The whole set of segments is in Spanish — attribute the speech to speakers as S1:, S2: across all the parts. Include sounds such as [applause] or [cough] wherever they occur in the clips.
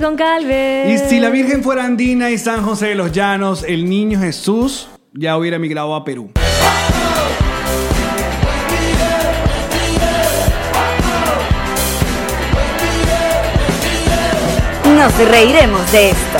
S1: Goncalves.
S2: Y si la Virgen fuera andina y San José de los Llanos, el niño Jesús ya hubiera emigrado a Perú.
S3: Nos reiremos de esto.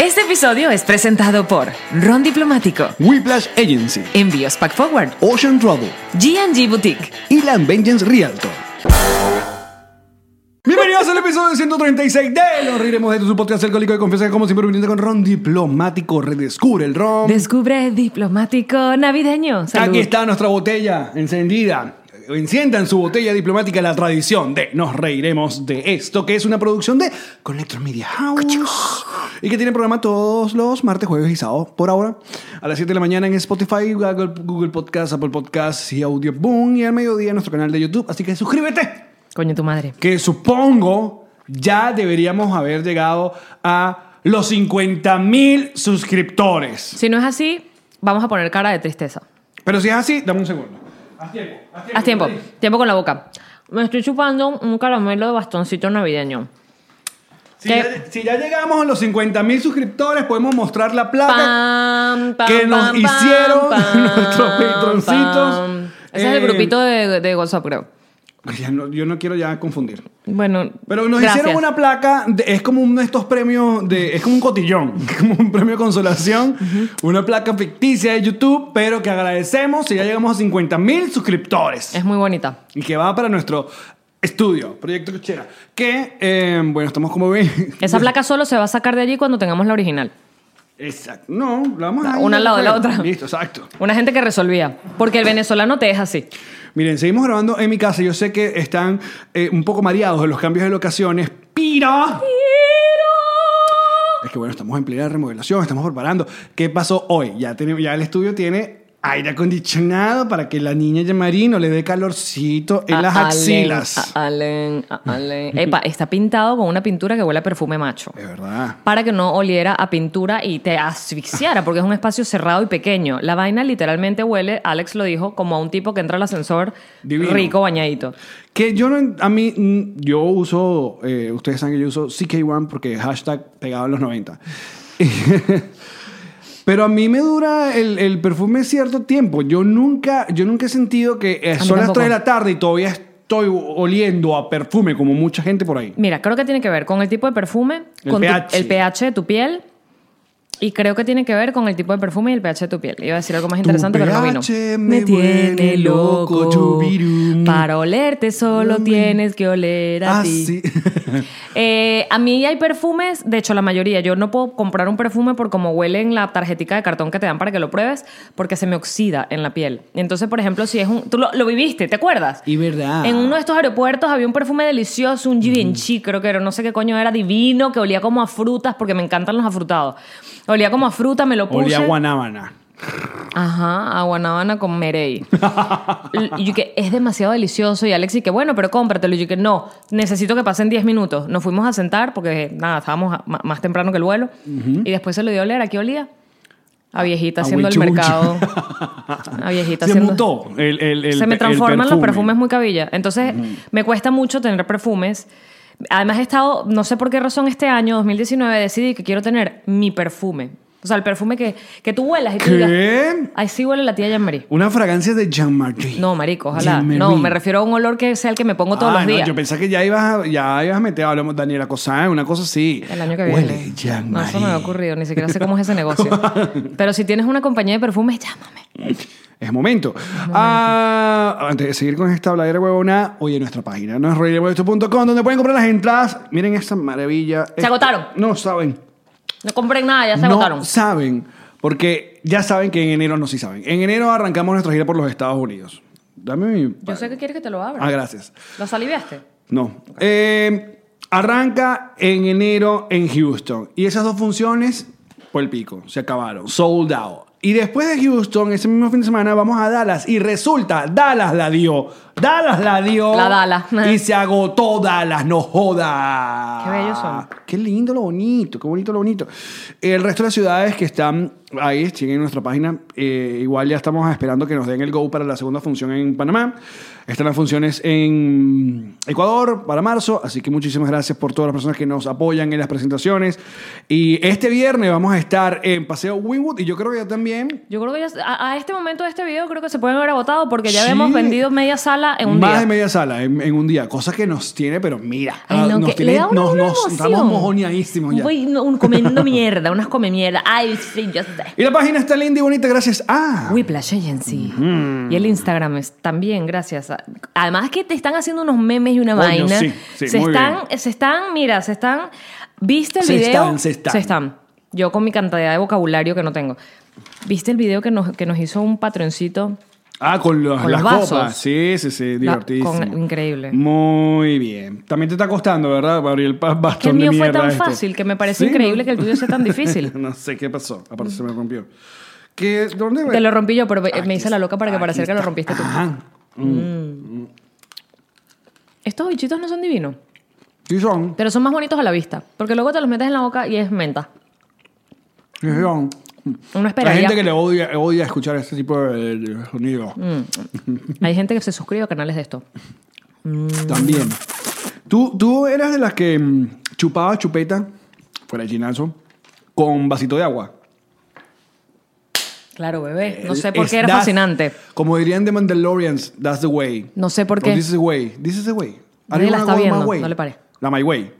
S1: Este episodio es presentado por Ron Diplomático,
S2: Whiplash Agency,
S1: Envíos Pack Forward,
S2: Ocean Trouble
S1: G&G Boutique.
S2: y Land Vengeance Realtor. Bienvenidos al episodio 136 de Nos Riremos de Esto, su podcast alcohólico de confianza, que como siempre, brindando con Ron Diplomático. Redescubre el Ron.
S1: Descubre Diplomático Navideño. Salud.
S2: Aquí está nuestra botella encendida. Enciendan su botella diplomática la tradición de Nos Reiremos de Esto, que es una producción de Connector Media House y que tiene programa todos los martes, jueves y sábados por ahora a las 7 de la mañana en Spotify, Google, Google Podcast, Apple Podcasts y Audio Boom y al mediodía en nuestro canal de YouTube. Así que suscríbete,
S1: Coño, tu madre.
S2: que supongo ya deberíamos haber llegado a los 50 mil suscriptores.
S1: Si no es así, vamos a poner cara de tristeza.
S2: Pero si es así, dame un segundo. Haz tiempo, haz tiempo.
S1: Haz tiempo, tiempo con la boca. Me estoy chupando un caramelo de bastoncito navideño.
S2: Si
S1: ¿Qué?
S2: ya, si ya llegamos a los 50 mil suscriptores, podemos mostrar la plata.
S1: Pam, pam,
S2: que nos
S1: pam,
S2: hicieron [laughs] nuestros
S1: pam,
S2: patroncitos.
S1: pam. Ese es el
S2: Eh,
S1: grupito de, de WhatsApp, creo.
S2: Pues Ya no- yo no quiero ya confundir.
S1: Bueno,
S2: Pero nos
S1: gracias.
S2: hicieron una placa, de- es como uno de estos premios, de, es como un cotillón, [laughs] como un premio de consolación, una placa ficticia de YouTube, pero que agradecemos si ya llegamos a 50 mil suscriptores.
S1: Es muy bonita.
S2: Y que va para nuestro estudio, Proyecto Cochera. Que, eh, bueno, estamos como ven.
S1: Esa placa solo se va a sacar de allí cuando tengamos la original.
S2: Exacto. No, la vamos a
S1: Una al lado de la otra.
S2: Listo, exacto.
S1: Una gente que resolvía. Porque el venezolano te es así.
S2: Miren, seguimos grabando en mi casa. Yo sé que están eh, un poco mareados de los cambios de locaciones, pero... Es que bueno, estamos en plena remodelación, estamos preparando. ¿Qué pasó hoy? Ya, tenemos, ya el estudio tiene aire acondicionado para que la niña Yamari no le dé calorcito en
S1: A-
S2: las
S1: Allen,
S2: axilas.
S1: a- Allen, a- Allen. [laughs] Epa, está pintado con una pintura que huele a perfume macho.
S2: Es verdad.
S1: Para que no oliera a pintura y te asfixiara, porque es un espacio cerrado y pequeño. La vaina literalmente huele, Alex lo dijo, como a un tipo que entra al ascensor
S2: Divino.
S1: rico, bañadito.
S2: Que yo no, en- a mí, mm, yo uso, eh, ustedes saben que yo uso CK1 porque hashtag pegado en los 90. [laughs] Pero a mí me dura el, el perfume cierto tiempo. Yo nunca, yo nunca he sentido que eh,
S1: mí
S2: son las
S1: tampoco.
S2: 3 de la tarde y todavía estoy oliendo a perfume como mucha gente por ahí.
S1: Mira, creo que tiene que ver con el tipo de perfume,
S2: El
S1: con tu-
S2: pH.
S1: el pH de tu piel. Y creo que tiene que ver con el tipo de perfume y el pH de tu piel. Iba a decir algo más interesante, pero no vino.
S2: pH me vuelve loco, chubirum.
S1: Para olerte solo
S2: Mm. Ah,
S1: tienes que oler a ti.
S2: sí.
S1: Eh, a mí hay perfumes, de hecho la mayoría, yo no puedo comprar un perfume por cómo huele en la tarjetica de cartón que te dan para que lo pruebes, porque se me oxida en la piel. Entonces, por ejemplo, si es un... Tú lo, lo viviste, ¿te acuerdas?
S2: y verdad.
S1: En uno de estos aeropuertos había un perfume delicioso, un Givenchy, creo que era, no sé qué coño era, divino, que olía como a frutas, porque me encantan los afrutados. Olía como a fruta, me lo
S2: [laughs]
S1: puse.
S2: Olía a guanábana.
S1: Ajá, a guanábana
S2: [laughs]
S1: con merey. y yo que es demasiado delicioso. Y Alexi que bueno, pero cómpratelo. Y yo que no, necesito que pasen 10 minutos. Nos fuimos a sentar porque nada, estábamos a- ma- más temprano que el vuelo. Y después se lo dio a oler. ¿A qué olía? A viejita
S2: A
S1: haciendo el
S2: huichucho. [laughs]
S1: mercado. A viejita
S2: Se
S1: haciendo...
S2: mutó el, el- el-
S1: Se me
S2: el
S1: transforman los
S2: perfume.
S1: perfumes muy cabilla. Entonces, me cuesta mucho tener perfumes. Además, he estado, no sé por qué razón, este año, 2019, decidí que quiero tener mi perfume. O sea, el perfume que, que tú huelas y tú digas,
S2: ¿Qué?
S1: ahí sí huele la tía Jean-Marie.
S2: Una fragancia de Jean-Marie.
S1: No, marico, ojalá.
S2: Jean-Marie.
S1: No, me refiero a un olor que sea el que me pongo todos
S2: Ah,
S1: los
S2: no,
S1: días.
S2: yo pensaba que ya ibas a, ya ibas a meter, hablamos Daniela Cosán, una cosa así.
S1: El año que
S2: Huele,
S1: viene.
S2: Jean
S1: no, eso me había
S2: Marie.
S1: ocurrido, ni siquiera sé cómo es
S2: [laughs]
S1: ese negocio. Pero si tienes una compañía de perfumes, llámame.
S2: Es momento. Ah, antes de seguir con esta habladera huevona, oye, nuestra página no es donde pueden comprar las entradas. Miren esa maravilla.
S1: Se agotaron.
S2: No saben.
S1: No compré nada, ya se
S2: no
S1: agotaron.
S2: saben Porque ya saben que en enero, no, sí saben. En enero arrancamos nuestra gira por los Estados Unidos. Dame mi.
S1: Yo sé que quieres que te lo abra.
S2: Ah, gracias.
S1: ¿Lo saliviaste?
S2: No. Eh, arranca en enero en Houston. Y esas dos funciones, por el pico, se acabaron. Sold out. Y después de Houston, ese mismo fin de semana, vamos a Dallas. Y resulta, Dallas la dio. Dallas la dio.
S1: La Dallas.
S2: Y se agotó Dallas, no joda.
S1: Qué bellos son.
S2: Qué lindo lo bonito, qué bonito lo bonito. El resto de las ciudades que están ahí, siguen en nuestra página. eh, igual ya estamos esperando que nos den el go para la segunda función en Panamá. Están las funciones en Ecuador para marzo. Así que muchísimas gracias por todas las personas que nos apoyan en las presentaciones. Y este viernes vamos a estar en Paseo Winwood y yo creo que ya también.
S1: Yo creo que ya, a, a este momento de este video creo que se pueden haber agotado porque ya
S2: Sí.
S1: habíamos vendido media sala en un
S2: Más
S1: día.
S2: de media sala en, en un día, cosa que nos tiene, pero mira, ah,
S1: Ay, no,
S2: nos
S1: que
S2: tiene-
S1: le da una,
S2: nos-
S1: una
S2: nos-
S1: emoción.
S2: estamos mojoneadísimos ya.
S1: Voy, no, un comiendo mierda, unas come mierda. Ay, sí, yo sé.
S2: Y la página está linda y bonita gracias Ah, a...
S1: Whiplash Agency.
S2: Mm-hmm.
S1: Y el Instagram es también, gracias. a- Además que te están haciendo unos memes y una
S2: Coño,
S1: vaina.
S2: sí, sí,
S1: se
S2: muy
S1: están, se están, mira, se están. ¿Viste el
S2: Se
S1: video?
S2: están, se están.
S1: Yo con mi cantidad de vocabulario que no tengo. ¿Viste el video que nos, que nos hizo un patroncito?
S2: Ah, con, los-
S1: Con
S2: las
S1: los vasos.
S2: copas. Sí, sí, sí,
S1: La-
S2: divertidísimo.
S1: con- increíble.
S2: Muy bien. También te está costando, ¿verdad, Gabriel? Pa- Bastón
S1: Que el
S2: de
S1: mío fue
S2: mierda
S1: tan
S2: este.
S1: fácil que me parece
S2: Sí,
S1: increíble
S2: ¿no?
S1: que el tuyo sea tan difícil.
S2: [laughs] no sé qué pasó. Aparte se me rompió. ¿Qué, ¿Dónde
S1: Te lo rompí yo, pero me-
S2: Aquí
S1: me hice la loca para que
S2: está,
S1: pareciera
S2: aquí
S1: que lo
S2: está.
S1: rompiste tú. Mm.
S2: Ajá. Mm.
S1: Estos bichitos no son divinos,
S2: Sí son.
S1: pero son más bonitos a la vista. Porque luego te los metes en la boca y es menta.
S2: Sí son.
S1: Uno
S2: Hay
S1: esperaría.
S2: gente que le odia, odia escuchar este tipo de, de sonido.
S1: Hay gente que se suscribe a canales de esto.
S2: También. ¿Tú, ¿Tú eras de las que mm, chupaba chupeta, fuera de chinazo, con vasito de agua?
S1: Claro, bebé. No sé
S2: Es-
S1: por qué era
S2: that's- [laughs]
S1: fascinante.
S2: Como dirían The Mandalorians, that's the way.
S1: No sé por
S2: O
S1: qué.
S2: This is the way. This is the way.
S1: Nadie
S2: Arriba
S1: la está
S2: my way,
S1: viendo,
S2: my way.
S1: no le pare.
S2: La my way.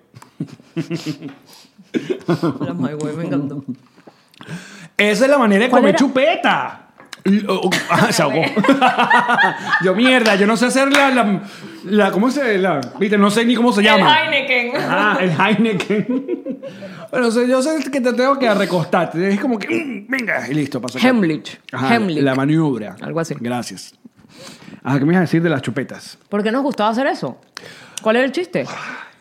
S1: Ay, güey, me encantó.
S2: Esa es la manera de
S1: ¿Cuál
S2: comer
S1: era?
S2: chupeta. L- o- [laughs] o- ah, se
S1: [laughs]
S2: ahogó. [laughs] yo, mierda, yo no sé hacer la, la, la- ¿cómo se la? Viste, no sé ni cómo se llama.
S1: Heineken.
S2: Ah, el Heineken. bueno, o sea, yo sé que te tengo que recostarte. Es como que, mm, venga, y listo. Pasa acá.
S1: Hemlich.
S2: Ajá,
S1: Hemlich.
S2: La maniobra.
S1: Algo así.
S2: Gracias. Ajá, ¿qué me ibas a decir de las chupetas?
S1: ¿Por qué nos gustaba hacer eso? ¿Cuál era el chiste?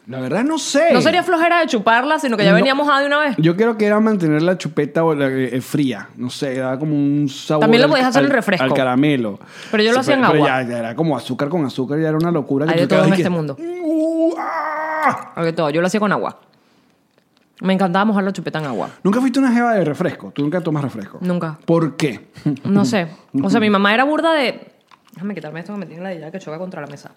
S2: La verdad no sé.
S1: No sería flojera de chuparla, sino que ya
S2: No.
S1: veníamos a de una vez.
S2: Yo creo que era mantener la chupeta o la- eh, fría. No sé, da como un sabor.
S1: También lo
S2: al-
S1: podías hacer
S2: al-
S1: en refresco.
S2: Al caramelo.
S1: Pero yo lo
S2: Sí,
S1: hacía en
S2: pero
S1: agua.
S2: Ya, ya era como azúcar con azúcar, ya era una locura.
S1: Hay
S2: tú
S1: de todo
S2: quedabas
S1: en
S2: y
S1: este
S2: que-
S1: mundo.
S2: Uh, ah.
S1: Porque todo, yo lo hacía con agua. Me encantaba mojar la chupeta en agua.
S2: Nunca fuiste una jeva de refresco. Tú nunca tomas refresco.
S1: Nunca.
S2: ¿Por qué?
S1: No sé. O sea, mi mamá era burda de. Déjame quitarme esto que me tiene la idea que choca contra la mesa.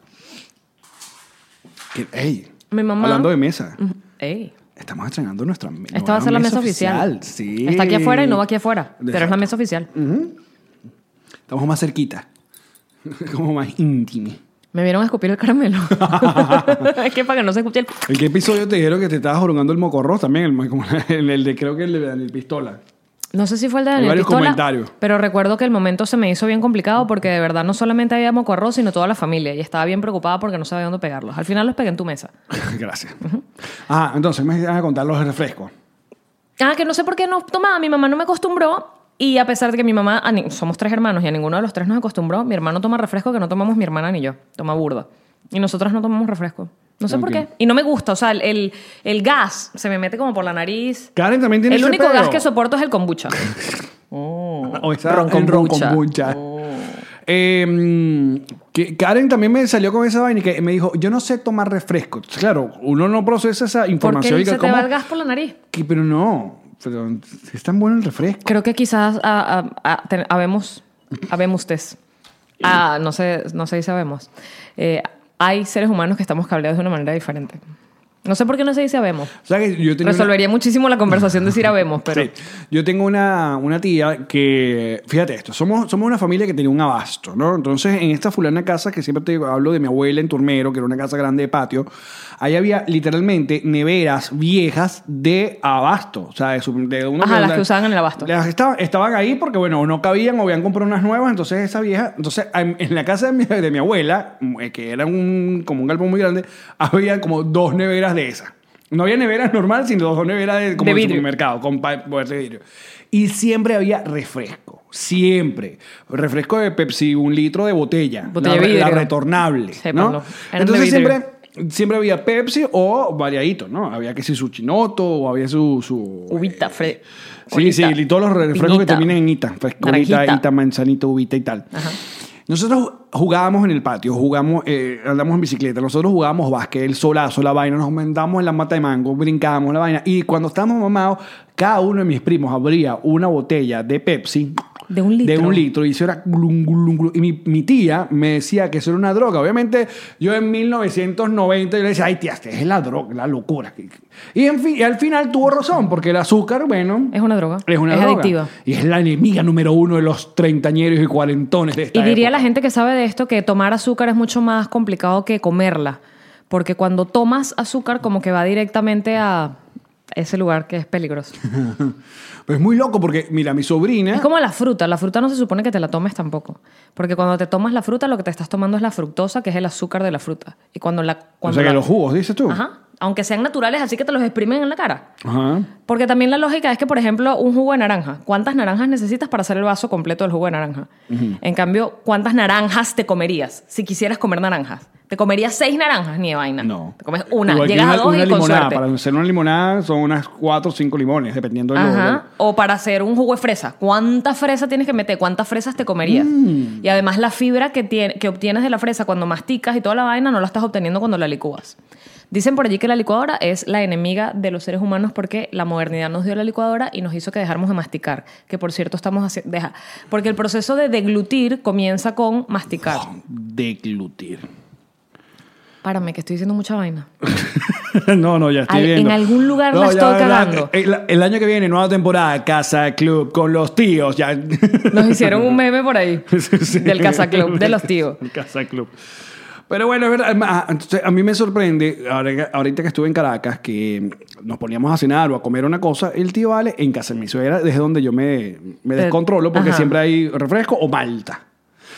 S2: Que- ey,
S1: Mi mamá.
S2: Hablando de mesa.
S1: Ey.
S2: Estamos estrenando nuestra me-
S1: Esta va a
S2: nueva
S1: ser la mesa oficial.
S2: Sí.
S1: Está aquí afuera y no va aquí afuera. Pero es la
S2: Exacto.
S1: mesa oficial.
S2: Estamos más cerquita. [laughs] como más íntimo.
S1: Me vieron escupir el
S2: [laughs]
S1: caramelo. [laughs] es que para que no se escuche el.
S2: ¿En qué episodio te dijeron que te estabas jorongando el mocorro también? El, como el- el de creo que el de Daniel Pistola. [laughs]
S1: No sé si fue el de
S2: Hay
S1: Daniel
S2: varios
S1: Pistola,
S2: comentarios.
S1: pero recuerdo que el momento se me hizo bien complicado porque de verdad no solamente había moco arroz, sino toda la familia. Y estaba bien preocupada porque no sabía dónde pegarlos. Al final los pegué en tu mesa.
S2: Gracias. Ah, entonces me van a contar los refrescos.
S1: Ah, que no sé por qué no tomaba. Mi mamá no me acostumbró. Y a pesar de que mi mamá, a ni- somos tres hermanos y a ninguno de los tres nos acostumbró, mi hermano toma refresco que no tomamos mi hermana ni yo. Toma burda. Y nosotras no tomamos refresco. No sé por
S2: Ok.
S1: qué. Y no me gusta. O sea, el, el, el gas se me mete como por la nariz.
S2: Karen también tiene
S1: El
S2: ese
S1: único
S2: pedo.
S1: gas que soporto es el
S2: [laughs]
S1: kombucha.
S2: O está
S1: ron
S2: el ron
S1: kombucha.
S2: kombucha.
S1: Oh.
S2: Eh, que Karen también me salió con esa vaina y que me dijo, yo no sé tomar refresco. Entonces, claro, uno no procesa esa
S1: Porque
S2: información.
S1: se
S2: y que
S1: te
S2: ¿cómo?
S1: va el gas por la nariz.
S2: Que- pero no, pero es tan bueno el refresco.
S1: Creo que quizás ah, ah, ah, ten- habemos, habemos test. Ah, no sé, no sé si sabemos. Eh, hay seres humanos que estamos cableados de una manera diferente. No sé por qué no se dice habemos.
S2: O sea, que yo tenía una-
S1: Resolvería muchísimo la conversación decir habemos, pero
S2: Sí. Yo tengo una, una tía que, fíjate esto, somos, somos una familia que tenía un abasto, ¿no? Entonces, en esta fulana casa, que siempre te hablo de mi abuela en Turmero, que era una casa grande de patio, ahí había literalmente neveras viejas de abasto. O sea, de, su- de uno
S1: Ajá, las que usaban en el abasto.
S2: Las estaba- estaban ahí porque, bueno, o no cabían o habían comprado unas nuevas, entonces esa vieja, entonces en, en la casa de mi, mm, de mi abuela, eh, que era un, como un galpón muy grande, había como dos neveras de esas. No había neveras normal, sino dos neveras de, como
S1: De
S2: de
S1: vidrio.
S2: supermercado, con pa- poder de vidrio. Y siempre había refresco. Siempre. Refresco de Pepsi, un litro de botella.
S1: Botella
S2: la,
S1: de
S2: re- la
S1: vidrio.
S2: retornable.
S1: Sí,
S2: ¿no?
S1: perdón. Eran de
S2: Entonces
S1: vidrio.
S2: siempre, siempre había Pepsi o variadito, ¿no? Había que si su chinoto o había su. su
S1: Ubita,
S2: eh,
S1: Fred.
S2: Sí, sí, y todos los refrescos que
S1: Piñita.
S2: terminan en Ita. Frescolita,
S1: Naranjita.
S2: Ita, manzanita, ubita y tal. Nosotros jugábamos en el patio, jugamos, eh, andamos en bicicleta, nosotros jugábamos básquet, el solazo, la vaina, nos mandamos en la mata de mango, brincábamos la vaina. Y cuando estábamos mamados, cada uno de mis primos abría una botella de Pepsi.
S1: De un litro.
S2: De un litro. Y eso era glum, glum, glum. Y mi, mi tía me decía que eso era una droga. Obviamente, yo en 1990 yo le decía, ay, tía, esta es la droga, la locura. Y, en fin, y al final tuvo razón, porque el azúcar, bueno.
S1: Es una droga.
S2: Es una
S1: Es
S2: droga.
S1: adictiva.
S2: Y es la enemiga número uno de los treintañeros y cuarentones de esta
S1: Y diría
S2: época.
S1: la gente que sabe de esto que tomar azúcar es mucho más complicado que comerla. Porque cuando tomas azúcar, como que va directamente a ese lugar que es peligroso.
S2: Pero es muy loco porque, mira, mi sobrina.
S1: Es como la fruta. La fruta no se supone que te la tomes tampoco. Porque cuando te tomas la fruta, lo que te estás tomando es la fructosa, que es el azúcar de la fruta. Y cuando la.
S2: o
S1: Cuando
S2: sea, que
S1: la-
S2: los jugos, dices tú.
S1: Ajá. Aunque sean naturales, así que te los exprimen en la cara.
S2: Ajá.
S1: Porque también la lógica es que, por ejemplo, un jugo de naranja. ¿Cuántas naranjas necesitas para hacer el vaso completo del jugo de naranja? En cambio, ¿cuántas naranjas te comerías si quisieras comer naranjas? ¿Te comerías seis naranjas? Ni de vaina.
S2: No.
S1: Te comes una.
S2: Igual que
S1: Llegas a
S2: una-
S1: dos
S2: una
S1: y con
S2: limonada.
S1: suerte.
S2: Para hacer una limonada son unas cuatro o cinco limones, dependiendo del
S1: Ajá. O para hacer un jugo de fresa. ¿Cuántas fresas tienes que meter? ¿Cuántas fresas te comerías?
S2: Mm.
S1: Y además la fibra que, tiene, que obtienes de la fresa cuando masticas y toda la vaina no la estás obteniendo cuando la licúas. Dicen por allí que la licuadora es la enemiga de los seres humanos porque la modernidad nos dio la licuadora y nos hizo que dejáramos de masticar. Que por cierto estamos haciendo... Deja. Porque el proceso de deglutir comienza con masticar.
S2: Deglutir. [laughs]
S1: Párame, que estoy diciendo mucha vaina.
S2: no, no, ya estoy
S1: Al- en
S2: viendo.
S1: algún lugar la estoy
S2: ¿verdad?
S1: cagando.
S2: El, el año que viene, nueva temporada, Casa Club con los tíos. Ya. [laughs]
S1: Nos hicieron un meme por ahí.
S2: Sí, sí.
S1: [laughs] Del cazaclub,
S2: [laughs]
S1: de los tíos.
S2: El Casa Club. Pero bueno, es verdad. Ah, entonces, a mí me sorprende, ahora que- ahorita que estuve en Caracas, que nos poníamos a cenar o a comer una cosa, el tío Vale en casa de mi suegra, desde donde yo me, me
S1: Te-
S2: descontrolo, porque
S1: Eh, Ajá.
S2: siempre hay refresco o malta.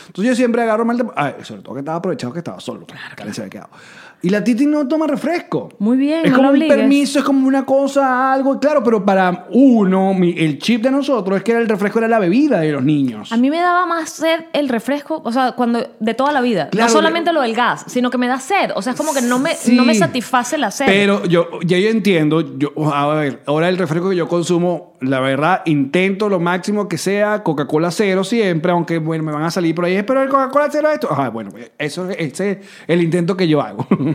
S2: Entonces yo siempre agarro malta, ah, sobre todo que estaba aprovechado que estaba solo, que le se había quedado. Y la Titi no toma refresco.
S1: Muy bien,
S2: es
S1: no
S2: como
S1: la
S2: un
S1: obligues.
S2: permiso, es como una cosa, algo, claro, pero para uno, mi- el chip de nosotros es que era el refresco era la bebida de los niños.
S1: A mí me daba más sed el refresco, o sea, cuando de toda la vida.
S2: Claro,
S1: no solamente
S2: yo-
S1: lo del gas, sino que me da sed. O sea, es como que no me, no me
S2: Sí.
S1: satisface la sed.
S2: Pero yo, ya yo entiendo, yo, a ver, ahora el refresco que yo consumo, la verdad, intento lo máximo que sea Coca-Cola cero siempre, aunque bueno, me van a salir por ahí, pero el Coca-Cola cero esto. Ajá, bueno, eso, ese es el intento que yo hago. [laughs]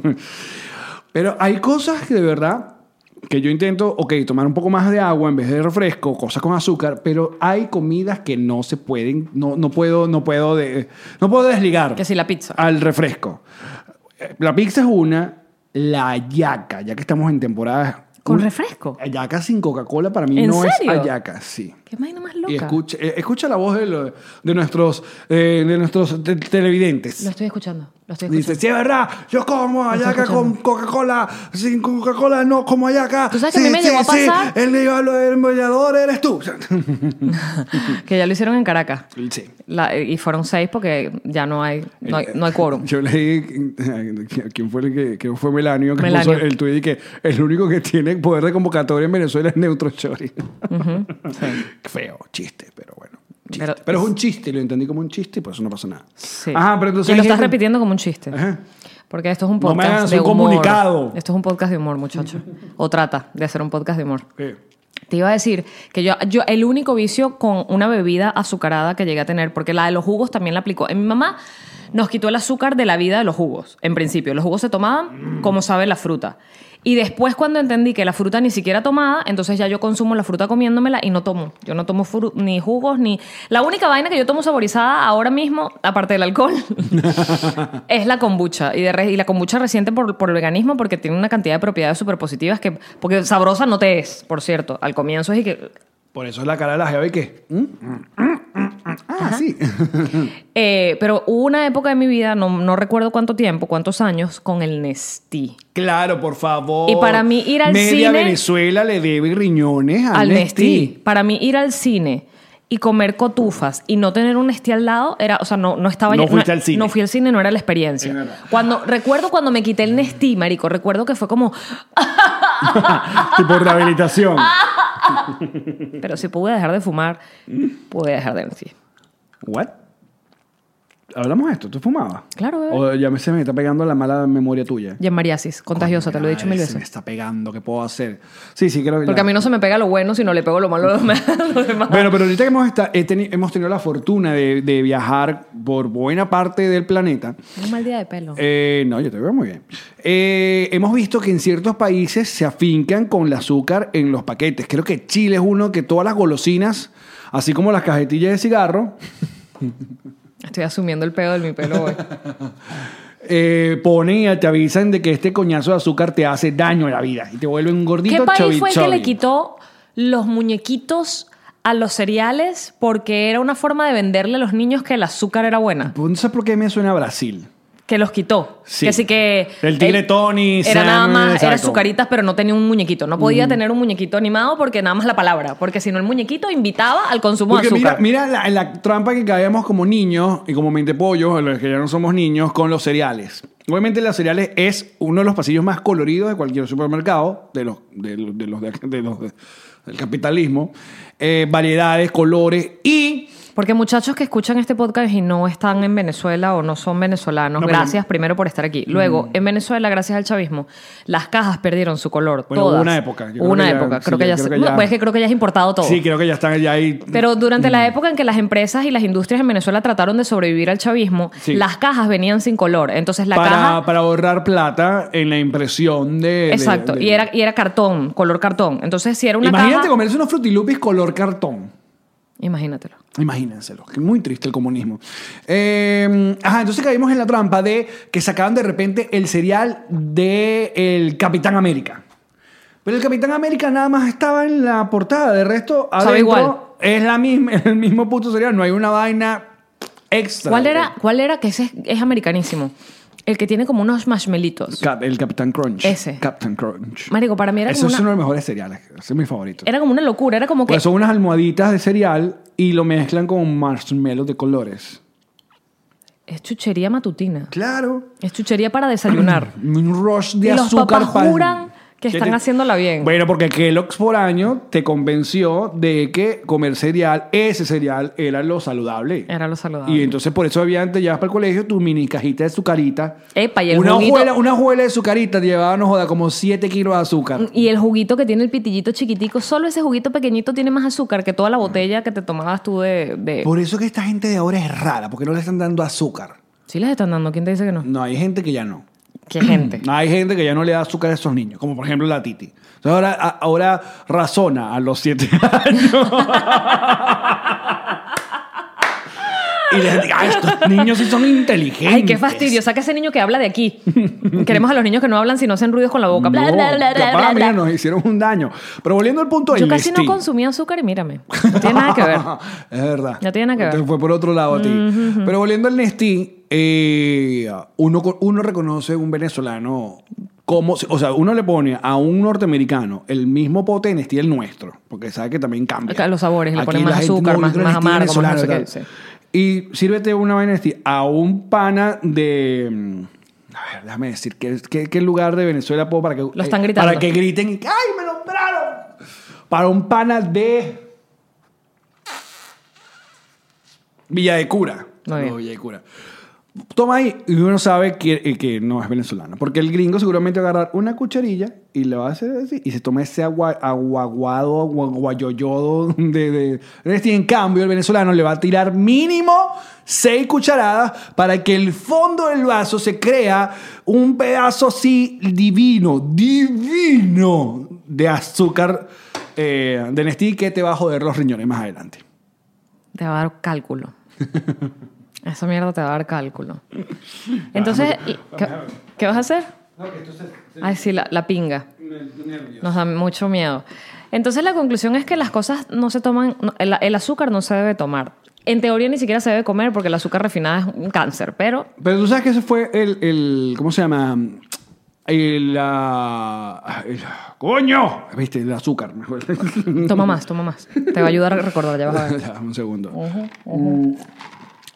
S2: pero hay cosas que de verdad que yo intento, ok, tomar un poco más de agua en vez de refresco, cosas con azúcar, pero hay comidas que no se pueden, no, no puedo, no puedo, de- no puedo desligar.
S1: Que si la pizza.
S2: Al refresco. Eh, La pizza es una, la yaca, ya que estamos en temporada.
S1: ¿Con
S2: un-
S1: refresco?
S2: Yaca sin Coca-Cola para mí
S1: ¿En
S2: no es
S1: serio?
S2: ayaca, sí.
S1: Qué vaina más
S2: Y
S1: loca.
S2: escucha, eh, escucha la voz de, lo- de nuestros, eh, de nuestros te- televidentes.
S1: Lo estoy escuchando. Lo estoy escuchando.
S2: Dice, sí, es verdad, yo como
S1: estoy
S2: ayaca con
S1: escuchando.
S2: Coca-Cola, sin Coca-Cola no como ayaca.
S1: ¿Tú sabes que a mí me llegó a pasar?
S2: el diablo del mollador eres tú. [laughs]
S1: Que ya lo hicieron en Caracas.
S2: sí.
S1: La- y fueron seis porque ya no hay, no hay, no hay quórum.
S2: Yo leí quién fue el que [laughs] quién fue Melanio que
S1: Melanio.
S2: puso el tuit y que el único que tiene poder de convocatoria en Venezuela es Neutro Chori. [laughs] Feo, chiste, pero bueno. chiste. Pero,
S1: Pero-
S2: es un chiste, lo entendí como un chiste y por eso no pasa nada.
S1: Sí.
S2: Ajá, pero entonces
S1: y lo
S2: hay
S1: estás
S2: gente-
S1: repitiendo como un chiste.
S2: Ajá.
S1: Porque esto es un
S2: No me
S1: podcast
S2: hagas
S1: de
S2: un
S1: humor.
S2: comunicado.
S1: Esto es un podcast de humor, muchacho. o trata de hacer un podcast de humor.
S2: Eh,
S1: Te iba a decir que yo, yo el único vicio con una bebida azucarada que llegué a tener, porque la de los jugos también la aplicó. En mi mamá nos quitó el azúcar de la vida de los jugos, en principio. Los jugos se tomaban como sabe la fruta. Y después cuando entendí que la fruta ni siquiera tomada, entonces ya yo consumo la fruta comiéndomela y no tomo. Yo no tomo fru- ni jugos, ni... La única vaina que yo tomo saborizada ahora mismo, aparte del alcohol, es la kombucha. Y, de re- y la kombucha reciente por, por el veganismo porque tiene una cantidad de propiedades súper positivas que... Porque sabrosa no te es, por cierto. Al comienzo es y que...
S2: por eso es la cara de la jeva y que. ¿Mm? Mm, mm, mm, mm. Ah, sí. [laughs]
S1: Eh, pero hubo una época de mi vida, no, no recuerdo cuánto tiempo, cuántos años, con el Nestí.
S2: claro, por favor.
S1: Y para mí ir al
S2: Media
S1: cine-
S2: Venezuela le debe riñones al
S1: Al Nestí.
S2: Nestí.
S1: Para mí ir al cine y comer cotufas y no tener un Nestí al lado era, o sea, no, no estaba
S2: No fuiste al cine.
S1: No fui al cine, no era la experiencia.
S2: Es verdad.
S1: Cuando recuerdo cuando me quité el Nestí, marico, recuerdo que fue como
S2: tipo rehabilitación.
S1: [laughs] Pero si pude dejar de fumar, pude dejar de sí.
S2: What? Hablamos de esto, ¿tú fumabas?
S1: Claro, bebé.
S2: O ya me, se me está pegando la mala memoria tuya.
S1: Y en mariasis, contagiosa, te lo he dicho
S2: Ay,
S1: mil
S2: Se me
S1: veces.
S2: está pegando, ¿qué puedo hacer? Sí, sí, creo que
S1: Porque
S2: ya-
S1: a mí no se me pega lo bueno, sino le pego lo malo a los demás. a los
S2: [laughs]
S1: demás.
S2: Bueno, pero ahorita que hemos, esta- he teni- hemos tenido la fortuna de, de viajar por buena parte del planeta.
S1: Un mal día de pelo.
S2: Eh, no, yo te veo muy bien. Eh, hemos visto que en ciertos países se afincan con el azúcar en los paquetes. Creo que Chile es uno que todas las golosinas, así como las cajetillas de cigarro,
S1: Estoy asumiendo el pedo de mi
S2: [laughs]
S1: pelo hoy.
S2: eh, ponen y te avisan de que este coñazo de azúcar te hace daño a la vida y te vuelve un gordito
S1: ¿Qué país fue el que
S2: chovichovi.
S1: le quitó los muñequitos a los cereales porque era una forma de venderle a los niños que el azúcar era buena?
S2: Pues No sé por qué me suena a Brasil.
S1: Que los quitó.
S2: Sí.
S1: Que Así que.
S2: El tigre Tony,
S1: Era
S2: Sam,
S1: nada más, era
S2: exacto. Mm.
S1: azucaritas, pero no tenía un muñequito. No podía tener un muñequito animado porque nada más la palabra. Porque si no, el muñequito invitaba al consumo
S2: Porque
S1: de azúcar.
S2: mira, mira la, la trampa que caemos como niños y como mentepollos, los que ya no somos niños, con los cereales. Obviamente los cereales es uno de los pasillos más coloridos de cualquier supermercado, de los, de los, de los, de- de los- de- del capitalismo. Eh, variedades, colores y...
S1: Porque muchachos que escuchan este podcast y no están en Venezuela o no son venezolanos,
S2: No, pero- Mm.
S1: gracias primero por estar aquí. Luego, en Venezuela, gracias al chavismo, las cajas perdieron su color.
S2: Bueno,
S1: todas.
S2: hubo una época. Yo
S1: Hubo
S2: creo
S1: una
S2: que ya-
S1: época.
S2: sí,
S1: creo que
S2: yo
S1: ya
S2: creo
S1: se-
S2: que ya-
S1: no, pues es que creo que ya es importado todo.
S2: Sí, creo que Mm. ya están allá ahí.
S1: Pero durante la época en que las empresas y las industrias en Venezuela trataron de sobrevivir al chavismo,
S2: Sí.
S1: las cajas venían sin color. Entonces la
S2: para,
S1: caja...
S2: para ahorrar plata en la impresión de... de-
S1: Exacto.
S2: de-
S1: Y, era, y era cartón, color cartón. Entonces si era una
S2: Imagínate
S1: caja...
S2: comerse unos frutilupis color cartón.
S1: Imagínatelo.
S2: Imagínenselo, que muy triste el comunismo. Eh, ajá, entonces caímos en la trampa de que sacaban de repente el serial de el Capitán América. Pero el Capitán América nada más estaba en la portada, de resto adentro
S1: Sabe igual.
S2: es la misma, [laughs] el mismo puto serial, no hay una vaina extra.
S1: ¿Cuál era? ¿Cuál era? Que ese es, es americanísimo. El que tiene como unos marshmallitos.
S2: Cap- el Capitán Crunch.
S1: Ese.
S2: Capitán Crunch.
S1: Marico, para mí era
S2: Eso es
S1: como
S2: uno
S1: una-
S2: de los mejores seriales, ese es mi favorito.
S1: Era como una locura, era como que...
S2: Pues son unas almohaditas de cereal y lo mezclan con marshmallows de colores.
S1: Es chuchería matutina.
S2: Claro.
S1: Es chuchería
S2: [clears throat]
S1: para desayunar.
S2: un rush de
S1: Y los
S2: azúcar.
S1: papás
S2: pal-
S1: juran que están haciéndola bien.
S2: Bueno, porque Kellogg's por año te convenció de que comer cereal, ese cereal, era lo saludable.
S1: Era lo saludable.
S2: Y entonces por eso había antes llevas para el colegio tu mini cajita de azucarita.
S1: Epa, y el
S2: una
S1: juguito-
S2: hojuela, una hojuela de azucarita te llevaba, no joda, como 7 kilos de azúcar.
S1: Y el juguito que tiene el pitillito chiquitico, solo ese juguito pequeñito tiene más azúcar que toda la botella que te tomabas tú de... de-
S2: Por eso que esta gente de ahora es rara, porque no le están dando azúcar.
S1: Sí les están dando, ¿quién te dice que no?
S2: No, hay gente que ya no.
S1: [clears throat] Qué gente.
S2: Hay gente que ya no le da azúcar a esos niños, como por ejemplo la Titi. Entonces ahora, a- ahora razona a los siete [laughs] años. y les diga, "Ah, estos niños sí son inteligentes.
S1: Ay, qué fastidio. Saca ese niño que habla
S2: [laughs]
S1: de aquí. Queremos a los niños que no hablan si no hacen ruidos con la boca.
S2: No,
S1: Bla, bla, bla, bla,
S2: capaz,
S1: bla,
S2: mira,
S1: bla.
S2: nos hicieron un daño. Pero volviendo al punto
S1: Yo
S2: del
S1: casi no
S2: listín.
S1: consumía azúcar y mírame. No tiene nada que ver.
S2: [laughs] es verdad.
S1: No tiene nada que ver.
S2: Te fue por otro lado a ti. Pero volviendo al Nestí, eh, uno, co- uno reconoce un venezolano como... O sea, uno le pone a un norteamericano el mismo pote de Nestí el nuestro. Porque sabe que también cambia.
S1: Acá los sabores, le
S2: Aquí
S1: ponen más
S2: la gente,
S1: azúcar,
S2: no,
S1: más-
S2: yo creo
S1: más
S2: Nestí
S1: amargo, más no sé
S2: venezolano,
S1: qué,
S2: tal. Y sírvete una vaina de Nestí a un pana de... mm, A ver, déjame decir, ¿qué, qué, qué lugar de Venezuela puedo para que...
S1: Lo están gritando.
S2: Para que griten y... ¡Ay, me nombraron! Para un pana de... Villa de Cura.
S1: Muy bien.
S2: No, Villa de Cura. Toma ahí y uno sabe que, eh, que no es venezolano. Porque el gringo seguramente va a agarrar una cucharilla y le va a hacer así. Y se toma ese agua, aguaguado, agua- guayoyodo de, de- de este. Y en cambio, el venezolano le va a tirar mínimo seis cucharadas para que el fondo del vaso se crea un pedazo así divino, divino de azúcar eh, de Nestí que te va a joder los riñones más adelante.
S1: Te va a dar cálculo.
S2: [laughs]
S1: Esa mierda te va a dar cálculo. Entonces,
S2: Ah,
S1: ¿y ¿qué, qué vas a hacer? Ay, sí, la, la pinga. Nos da mucho miedo. Entonces, la conclusión es que las cosas no se toman, no, el, el azúcar no se debe tomar. En teoría ni siquiera se debe comer porque el azúcar refinada es un cáncer, pero
S2: Pero tú sabes que ese fue el, el ¿cómo se llama? El, ah, el- coño, viste, el azúcar, mejor.
S1: toma más, toma más. Te va a ayudar a recordar, ya vas a
S2: [laughs]
S1: ver.
S2: Ya, un segundo. Mm,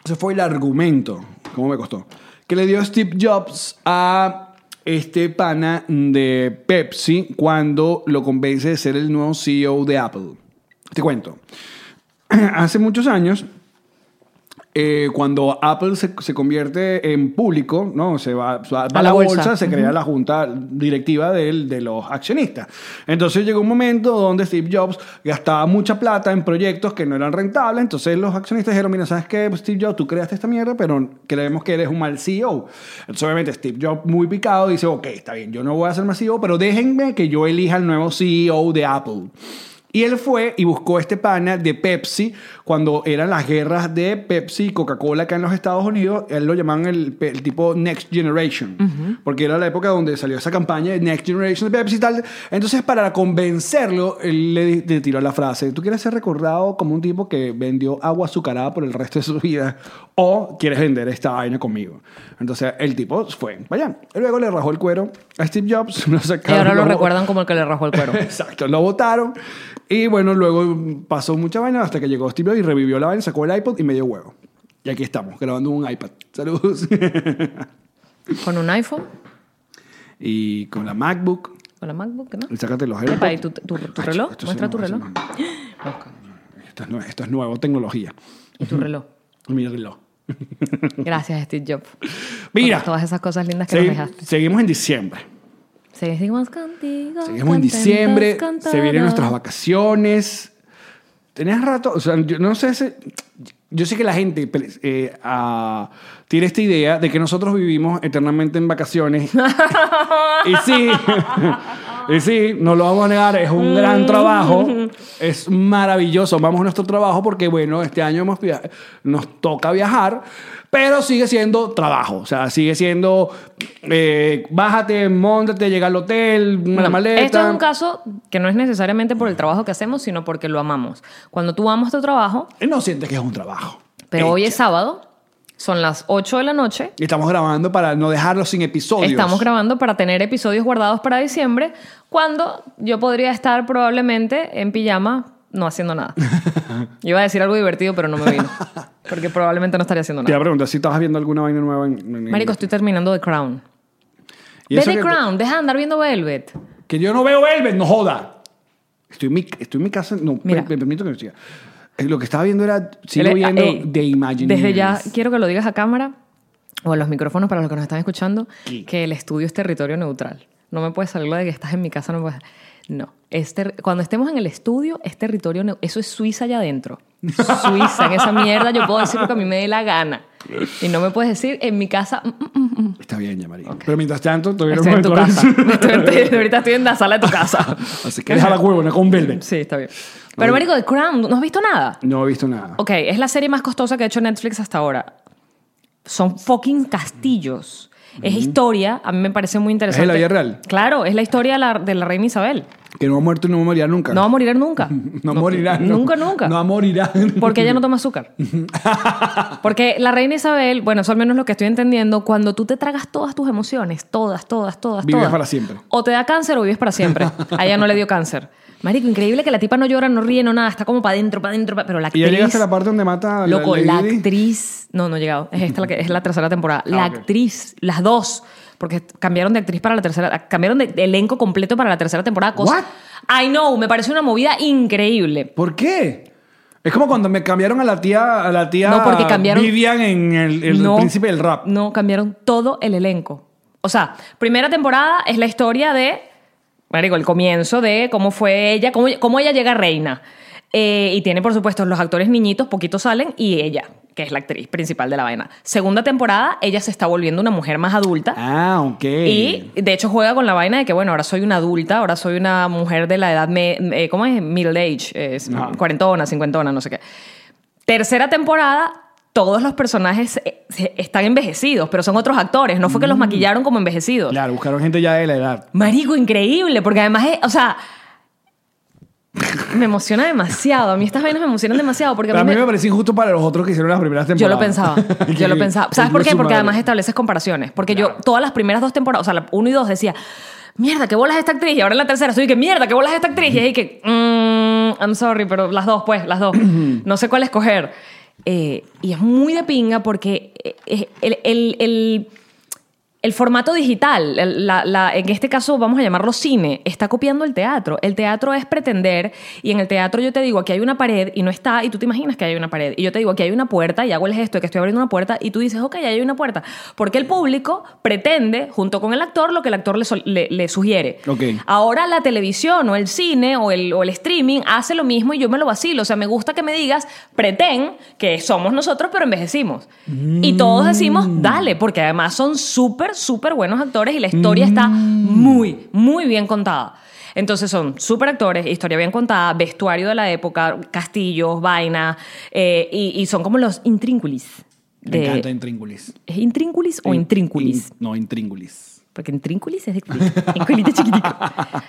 S2: Ese fue el argumento, cómo me costó, que le dio Steve Jobs a este pana de Pepsi cuando lo convence de ser el nuevo CEO de Apple. Te cuento. [clears throat] Hace muchos años, eh, cuando Apple se, se convierte en público, ¿no? Se va, va- va a la
S1: la
S2: bolsa,
S1: bolsa.
S2: se crea la junta directiva del- de los accionistas. Entonces llegó un momento donde Steve Jobs gastaba mucha plata en proyectos que no eran rentables. Entonces los accionistas dijeron: Mira, ¿sabes qué, Pues, Steve Jobs? Tú creaste esta mierda, pero creemos que eres un mal CEO. Entonces, obviamente, Steve Jobs, muy picado, dice: Ok, está bien, yo no voy a ser más CEO, pero déjenme que yo elija el nuevo CEO de Apple. Y él fue y buscó este pana de Pepsi cuando eran las guerras de Pepsi y Coca-Cola acá en los Estados Unidos. Él lo llamaban el, pe- el tipo Next Generation, porque era la época donde salió esa campaña de Next Generation de Pepsi y tal. Entonces, para convencerlo, él le, di- le tiró la frase: ¿Tú quieres ser recordado como un tipo que vendió agua azucarada por el resto de su vida? ¿O quieres vender esta vaina conmigo? Entonces, el tipo fue para allá. Luego le rajó el cuero a Steve Jobs. [laughs] lo
S1: Y
S2: sacaron,
S1: ahora lo
S2: lo-
S1: recuerdan como el que le rajó el cuero.
S2: Exacto, lo votaron. Y bueno, luego pasó mucha vaina hasta que llegó Steve Jobs y revivió la vaina, sacó el iPod y me dio huevo. Y aquí estamos, grabando un iPad. Saludos. [laughs]
S1: Con un iPhone,
S2: y con la MacBook.
S1: con la MacBook, ¿no?
S2: Y sácate los
S1: Epa, ¿y
S2: AirPods.
S1: tu, tu- tu
S2: Ay,
S1: reloj?
S2: esto sí
S1: Muestra
S2: no,
S1: tu
S2: eso
S1: reloj. [gasps]
S2: no. Esto es, nue- esto es nuevo, tecnología.
S1: Y tu reloj.
S2: Mi reloj.
S1: Gracias, Steve Jobs.
S2: Mira,
S1: Por todas esas cosas lindas que
S2: segui-
S1: nos dejaste.
S2: seguimos en diciembre.
S1: Seguimos contigo.
S2: Seguimos en
S1: contentos,
S2: diciembre, se vienen
S1: contentos.
S2: nuestras vacaciones. Tenías rato, o sea, yo no sé si- Yo sé que la gente pre- eh, ah, tiene esta idea de que nosotros vivimos eternamente en vacaciones. y sí, [laughs] y sí, no lo vamos a negar, es un
S1: Mm.
S2: gran trabajo, es maravilloso. Vamos a nuestro trabajo porque, bueno, este año hemos via- nos toca viajar, pero sigue siendo trabajo. O sea, sigue siendo eh, bájate, montate, llega al hotel, la
S1: Bueno,
S2: maleta.
S1: Mm. Esto es un caso que no es necesariamente por el trabajo que hacemos, sino porque lo amamos. Cuando tú amas tu trabajo,
S2: No sientes que es un trabajo.
S1: pero hoy es
S2: Hecha.
S1: sábado, son las 8 de la noche,
S2: Y estamos grabando para no dejarlo sin episodios.
S1: estamos grabando para tener episodios guardados para diciembre, cuando yo podría estar probablemente en pijama no
S2: [laughs]
S1: haciendo nada. Yo iba a decir algo divertido, pero no me vino, porque probablemente no estaría haciendo
S2: Te iba
S1: nada.
S2: a preguntar si estabas viendo alguna vaina nueva en. en-
S1: Marico, estoy terminando The Crown.
S2: Y
S1: Ve
S2: eso
S1: The
S2: que-
S1: Crown, deja de andar viendo Velvet.
S2: Que yo no veo Velvet, no joda. Estoy en mi, estoy en mi casa, no,
S1: Mira.
S2: me, me permito que me siga. Eh, Lo que estaba viendo era, sigo
S1: Él es-
S2: viendo
S1: ey,
S2: The Imagineers.
S1: eh, Desde ya quiero que lo digas a cámara o a los micrófonos para los que nos están escuchando
S2: ¿Qué?
S1: que el estudio es territorio neutral. No me puede salir lo de que estás en mi casa, no me puedes... No, es ter- cuando estemos en el estudio es territorio neu- Eso es Suiza allá adentro. Suiza, en esa mierda yo puedo decir lo que a mí me dé la gana. Y no me puedes decir en mi casa... mm, mm, mm, mm.
S2: Está bien, ya, María. Pero mientras tanto, todavía
S1: Estoy en tu
S2: encuentro- [laughs]
S1: casa. Estoy- ahorita estoy en la sala de tu casa.
S2: Así que
S1: [laughs]
S2: deja la huevona con Velvet.
S1: Sí, está bien. Pero, Marico, The Crown, ¿no has visto nada?
S2: No he visto nada.
S1: Ok, es la serie más costosa que ha hecho Netflix hasta ahora. Son fucking castillos. Es historia, a mí me parece muy interesante.
S2: la vida real?
S1: Claro, es la historia de la, de la reina Isabel.
S2: Que no ha muerto y no morirá nunca.
S1: No va a
S2: [laughs]
S1: morir nunca.
S2: No morirá. no.
S1: Nunca, nunca.
S2: No morirá.
S1: Porque ella no toma azúcar. Porque la reina Isabel, bueno, eso al menos lo que estoy entendiendo, cuando tú te tragas todas tus emociones, todas, todas, todas,
S2: Vives
S1: todas,
S2: para siempre.
S1: O te da cáncer o vives para siempre. A ella no le dio cáncer. Marico, increíble que la tipa no llora, no ríe, no nada, está como para adentro, para adentro, pero
S2: [laughs]
S1: la
S2: Y
S1: actriz...
S2: ya llegaste a la parte donde mata a la
S1: Loco, la
S2: Lady Di. Ah,
S1: actriz. No, no he llegado. Es esta la que es la tercera temporada. La
S2: ok.
S1: actriz, las dos. Porque cambiaron de actriz para la tercera. Cambiaron de elenco completo para la tercera temporada. Cosa, I know, me parece una movida increíble.
S2: ¿Por qué? Es como cuando me cambiaron a la tía, a la tía
S1: No, porque cambiaron-
S2: Vivian en el, el
S1: No,
S2: príncipe del rap.
S1: No, cambiaron todo el elenco. O sea, primera temporada es la historia de. Marico, el comienzo de cómo fue ella, cómo, cómo ella llega reina. Eh, y tiene, por supuesto, los actores niñitos, poquitos salen, y ella, que es la actriz principal de la vaina. Segunda temporada, ella se está volviendo una mujer más adulta.
S2: Ah, ok.
S1: Y de hecho juega con la vaina de que, bueno, ahora soy una adulta, ahora soy una mujer de la edad, me- eh, ¿cómo es? Middle age, es
S2: Ajá.
S1: cuarentona, cincuentona, no sé qué. Tercera temporada, todos los personajes eh, se- están envejecidos, pero son otros actores, no fue que los maquillaron como envejecidos.
S2: Mm. Claro, buscaron gente ya de la edad.
S1: Marico, increíble, porque además es, o sea, me emociona demasiado, a mí estas vainas me emocionan demasiado porque
S2: Pero a mí me
S1: me-
S2: parece injusto para los otros que hicieron las primeras
S1: yo
S2: temporadas.
S1: lo
S2: [laughs]
S1: pensaba, yo lo
S2: Que-
S1: pensaba. ¿Sabes
S2: que
S1: por qué?
S2: su
S1: Porque
S2: madre.
S1: además estableces comparaciones. Porque
S2: Claro.
S1: yo todas las primeras dos temporadas, o sea, la uno y dos decía, mierda, qué bolas esta actriz. Y ahora en la tercera estoy que mierda, qué bolas esta actriz. Y ahí que, "Mm, I'm sorry, pero las dos,
S2: [clears throat]
S1: pues, las dos. no sé cuál escoger. Eh, y es muy de pinga porque eh, eh, el, el- el- el formato digital, el- la- la- en este caso vamos a llamarlo cine, está copiando el teatro. El teatro es pretender, y en el teatro yo te digo, aquí hay una pared y no está, y tú te imaginas que hay una pared. Y yo te digo, aquí hay una puerta, y hago el gesto de que estoy abriendo una puerta, y tú dices, ok, ahí hay una puerta. Porque el público pretende, junto con el actor, lo que el actor le, sol- le- le sugiere.
S2: Ok.
S1: Ahora la televisión o el cine o el, o el streaming hace lo mismo y yo me lo vacilo. O sea, me gusta que me digas, pretén que somos nosotros, pero envejecimos. Y todos decimos,
S2: Mm.
S1: dale, porque además son súper, súper buenos actores y la historia está
S2: Mm.
S1: muy, muy bien contada. Entonces son súper actores, historia bien contada, vestuario de la época, castillos, vainas, eh, y, y son como los intrínculis.
S2: Me
S1: de-
S2: encanta Intríngulis.
S1: ¿Es intrínculis o intrínculis?
S2: In- no, Intríngulis.
S1: Porque en Trínculis es de culito, en culito chiquitico.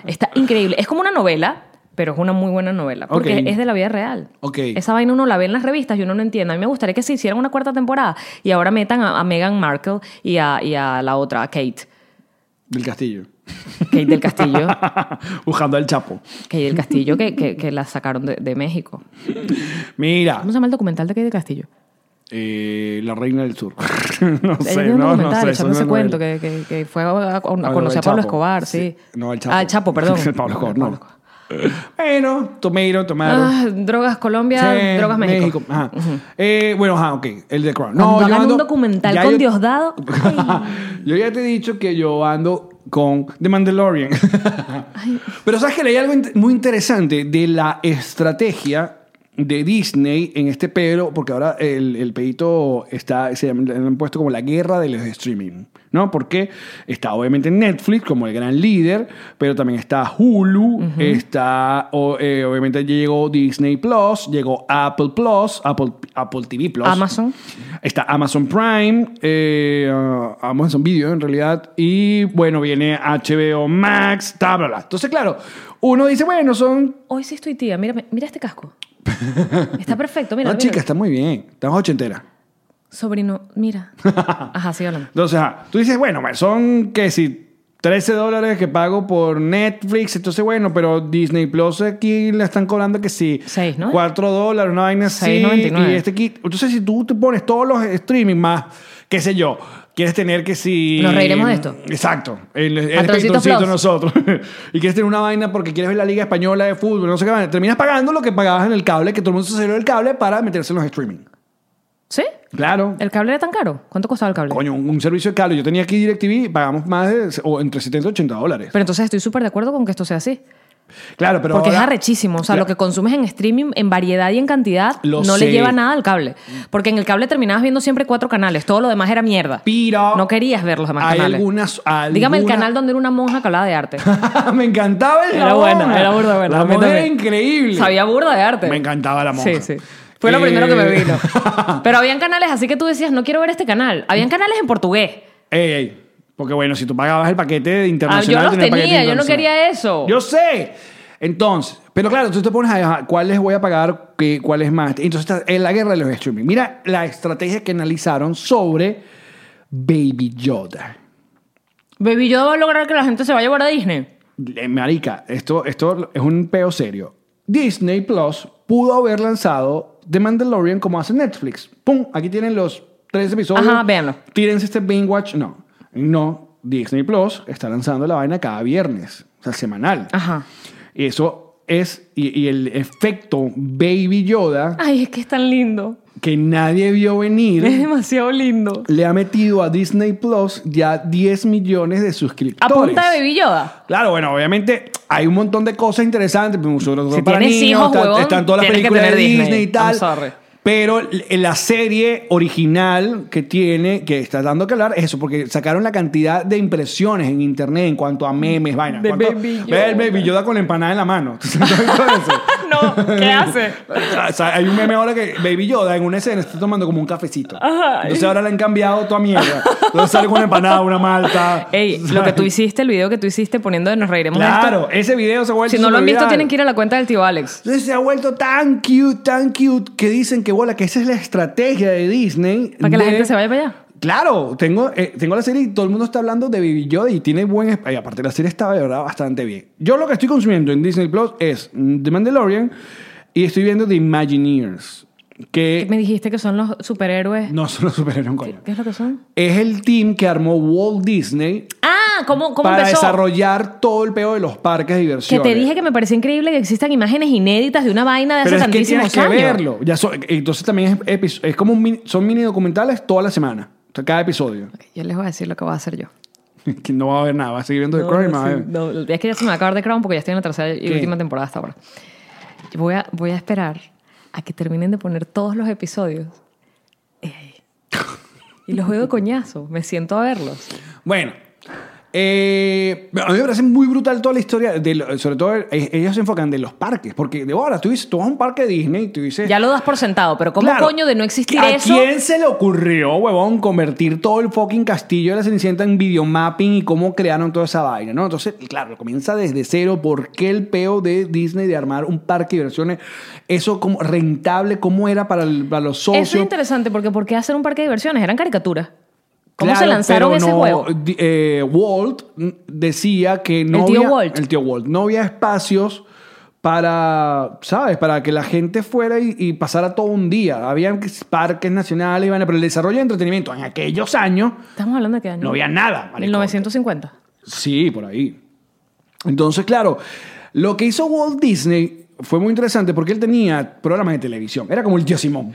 S1: Está increíble. Es como una novela, pero es una muy buena novela. Porque
S2: Ok.
S1: es de la vida real.
S2: Ok.
S1: Esa vaina uno la ve en las revistas y uno no entiende. A mí me gustaría que se hicieran una cuarta temporada y ahora metan a, a Meghan Markle y a, y a la otra, a Kate.
S2: Del
S1: [laughs]
S2: Castillo.
S1: Kate del Castillo.
S2: Buscando al Chapo.
S1: Kate del Castillo que, que, que la sacaron de, de México.
S2: Mira,
S1: ¿Cómo se llama el documental de Kate del Castillo?
S2: eh, la reina del sur. [laughs] no
S1: Ella
S2: sé,
S1: tiene un
S2: no, no Ah,
S1: documental,
S2: sé.
S1: echando ese cuento, que, que, que fue a, a- a conocer a Pablo Escobar, sí.
S2: No, al Chapo.
S1: Ah, al [laughs] Chapo, perdón.
S2: [laughs] Pablo Escobar, no. Bueno, tomato, tomato.
S1: Ah, drogas Colombia,
S2: Sí,
S1: drogas México.
S2: Ajá. Eh, bueno, ajá, ok. El de Crown.
S1: Cuando
S2: yo
S1: hagan un
S2: ando-
S1: documental
S2: ya
S1: con
S2: yo-
S1: Diosdado, ay.
S2: yo ya te he dicho que yo ando con The Mandalorian. Pero sabes que leí algo int- muy interesante de la estrategia de Disney en este pedo, porque ahora el, el pedito está, se llama- le han puesto como la guerra de los streaming, ¿no? Porque está obviamente Netflix como el gran líder, pero también está Hulu, está, o- eh, obviamente llegó Disney Plus, llegó Apple Plus, Apple, Apple TV Plus.
S1: Amazon.
S2: Está Amazon Prime, eh, ah, Amazon Video en realidad, y bueno, viene HBO Max, ta, bla, bla. Entonces, claro, uno dice, bueno, son...
S1: Hoy sí estoy tía, mira, mira este casco. Está perfecto,
S2: [laughs]
S1: mira.
S2: no,
S1: mira.
S2: chicas, Ah, está muy bien, estamos ochentera.
S1: Sobrino,
S2: [laughs]
S1: mira. Ajá, sigue hablando.
S2: Entonces, ajá, tú dices, bueno, son que si 13 dólares que pago por Netflix, entonces bueno, pero Disney Plus aquí le están cobrando que si
S1: Seis, ¿no?
S2: 4 dólares, una vaina así.
S1: 6.99.
S2: Y este kit. Entonces, si tú te pones todos los streaming más, qué sé yo, quieres tener que si.
S1: Nos reiremos de esto.
S2: Exacto. El, el
S1: Patroncito
S2: patroncito
S1: Plus.
S2: nosotros. [laughs] y quieres tener una vaina porque quieres ver la Liga Española de Fútbol, no sé qué vaina. Terminas pagando lo que pagabas en el cable, que todo el mundo se salió del cable para meterse en los streaming.
S1: ¿Sí?
S2: Claro.
S1: ¿El cable era tan caro? ¿Cuánto costaba el cable?
S2: Coño, un, un servicio de cable. Yo tenía aquí DirecTV y pagamos más de o entre 70 y 80 dólares.
S1: Pero entonces estoy súper de acuerdo con que esto sea así.
S2: claro, pero.
S1: porque es
S2: ahora-
S1: arrechísimo. O sea,
S2: Claro.
S1: lo que consumes en streaming, en variedad y en cantidad,
S2: Lo
S1: no
S2: sé.
S1: le lleva nada al cable. Porque en el cable terminabas viendo siempre cuatro canales. Todo lo demás era mierda.
S2: Pero-
S1: No querías ver los demás
S2: Hay
S1: canales.
S2: algunas-
S1: Dígame el
S2: alguna-
S1: canal donde era una monja que hablaba de arte.
S2: [laughs] [laughs] me encantaba el
S1: Era buena, era burda buena.
S2: La
S1: A mí
S2: monja era
S1: también.
S2: increíble.
S1: Sabía burda de arte.
S2: Me encantaba la monja.
S1: Sí, sí. Fue lo
S2: Eh,
S1: primero que me vino. Pero habían canales, así que tú decías, no quiero ver este canal. Habían canales en portugués.
S2: [laughs] Ey, ey. Porque bueno, si tú pagabas el paquete de
S1: Ah, yo
S2: internacional.
S1: los
S2: el paquete
S1: tenía, yo no
S2: internacional.
S1: quería eso.
S2: Yo sé. Entonces, pero claro, tú te pones a ajá, cuáles voy a pagar, qué, cuáles más. Entonces, está en la guerra de los streaming. Mira la estrategia que analizaron sobre Baby Yoda.
S1: Baby, yo debo lograr que la gente se vaya a ver a Disney.
S2: Eh, Marica, esto, esto es un peo serio. Disney Plus pudo haber lanzado The Mandalorian como hace Netflix. ¡Pum! Aquí tienen los tres episodios.
S1: Ajá, véanlo.
S2: Tírense este Bing Watch. No, no. Disney Plus está lanzando la vaina cada viernes, o sea, semanal.
S1: Ajá.
S2: Y eso es, y, y el efecto Baby Yoda
S1: Ay, es que es tan lindo.
S2: que nadie vio
S1: Es [laughs]
S2: venir.
S1: demasiado lindo.
S2: Le ha metido a Disney Plus ya 10 millones de
S1: A
S2: suscriptores.
S1: punta de Baby Yoda.
S2: Claro, bueno, obviamente hay un montón de cosas interesantes. pues, pero sobre todo
S1: Si
S2: para
S1: tienes
S2: niños,
S1: hijos,
S2: está-
S1: huevón,
S2: están todas las
S1: tienes que
S2: películas de
S1: tener
S2: Disney,
S1: Disney.
S2: y tal.
S1: I'm sorry.
S2: Pero l- la serie original que tiene, que está dando que hablar, es eso, porque sacaron la cantidad de impresiones en internet en cuanto a memes, vainas.
S1: De
S2: ¿Cuánto-
S1: Baby
S2: Ve el
S1: Yoda.
S2: Baby Yoda con la empanada en la mano. [laughs] Entonces, todo eso.
S1: No,
S2: [laughs]
S1: ¿qué hace?
S2: O sea, hay un meme ahora que Baby Yoda en una escena está tomando como un cafecito.
S1: Ajá.
S2: Entonces ahora le han cambiado toda mierda. Entonces sale con una empanada, una malta.
S1: Ey, lo
S2: [laughs]
S1: que tú hiciste, el video que tú hiciste poniendo de nos reiremos de esto.
S2: Claro, ese video se ha vuelto
S1: Si no lo han visto,
S2: superviral.
S1: tienen que ir a la cuenta del tío Alex.
S2: Entonces se ha vuelto tan cute, tan cute, que dicen que bola, que esa es la estrategia de Disney.
S1: Para que la
S2: de-
S1: gente se vaya para allá.
S2: Claro, tengo, eh, tengo la serie y todo el mundo está hablando de Baby Yoda y tiene buen... esp- Y aparte la serie está de verdad bastante bien. Yo lo que estoy consumiendo en Disney Plus es mm, The Mandalorian y estoy viendo The Imagineers. que
S1: Me dijiste que son los superhéroes.
S2: no son los superhéroes, coño.
S1: ¿Qué es lo que son?
S2: Es el team que armó Walt Disney
S1: Ah, ¿cómo, cómo
S2: para
S1: empezó?
S2: desarrollar todo el peo de los parques de
S1: Que
S2: diversión.
S1: te dije que me parecía increíble que existan imágenes inéditas de una vaina de hace
S2: Pero es que
S1: tantísimos
S2: tienes que
S1: años.
S2: verlo. Ya so- entonces también es, epi- es como un mini- son mini documentales toda la semana. O sea, cada episodio. [laughs]
S1: Yo les voy a decir lo que voy a hacer yo.
S2: que no va a haber nada, va a seguir viendo The Crown y más a ver.
S1: No, no, es que ya se me va a acabar de Crown porque ya estoy en la tercera y
S2: ¿Qué?
S1: última temporada hasta ahora. Yo Voy a, voy a esperar a que terminen de poner todos los episodios. Eh, ahí. Y los veo de coñazo. Me siento a verlos.
S2: Bueno. eh, a mí me parece muy brutal toda la historia, de lo- sobre todo eh, ellos se enfocan de los parques, porque de ahora tú dices, tú vas a un parque de Disney y tú dices...
S1: Ya lo das por sentado, pero ¿cómo
S2: Claro.
S1: coño de no existir
S2: ¿A
S1: eso?
S2: quién se le ocurrió, huevón, convertir todo el fucking castillo de la Cenicienta en videomapping y cómo crearon toda esa vaina, ¿no? Entonces, claro, comienza desde cero. ¿Por qué el peo de Disney de armar un parque de diversiones? Eso como rentable, ¿cómo era para, el- para los socios?
S1: Eso es interesante porque ¿por qué hacer un parque de diversiones? Eran caricaturas. ¿Cómo se
S2: Claro,
S1: lanzaron
S2: pero
S1: ese
S2: no,
S1: juego?
S2: di- eh, Walt mm, decía que no
S1: El tío
S2: había,
S1: Walt.
S2: el tío Walt, no había espacios para, ¿sabes? Para que la gente fuera y, y pasara todo un día. Habían parques nacionales, y vaina, pero el desarrollo de entretenimiento en aquellos años
S1: Estamos hablando de qué año?
S2: no había nada. maricón.
S1: 1950.
S2: Sí, por ahí. Entonces, claro, lo que hizo Walt Disney fue muy interesante porque él tenía programas de televisión. Era como el tío
S1: [gasps]
S2: Simón.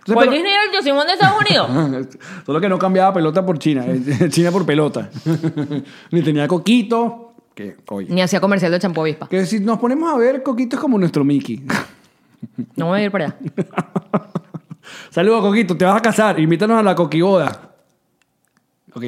S2: Entonces,
S1: Walt
S2: pero-
S1: Disney era el tío Simón de Estados Unidos.
S2: [laughs] Solo que no cambiaba pelota por China, eh, [laughs] China por pelota. Ni tenía Coquito, que oye.
S1: Ni hacía comercial de champú avispa.
S2: Que si nos ponemos a ver, Coquito es como nuestro Mickey. [laughs]
S1: No voy a ir para allá.
S2: Saludos, Coquito, te vas a casar, invítanos a la Coquiboda. Ok.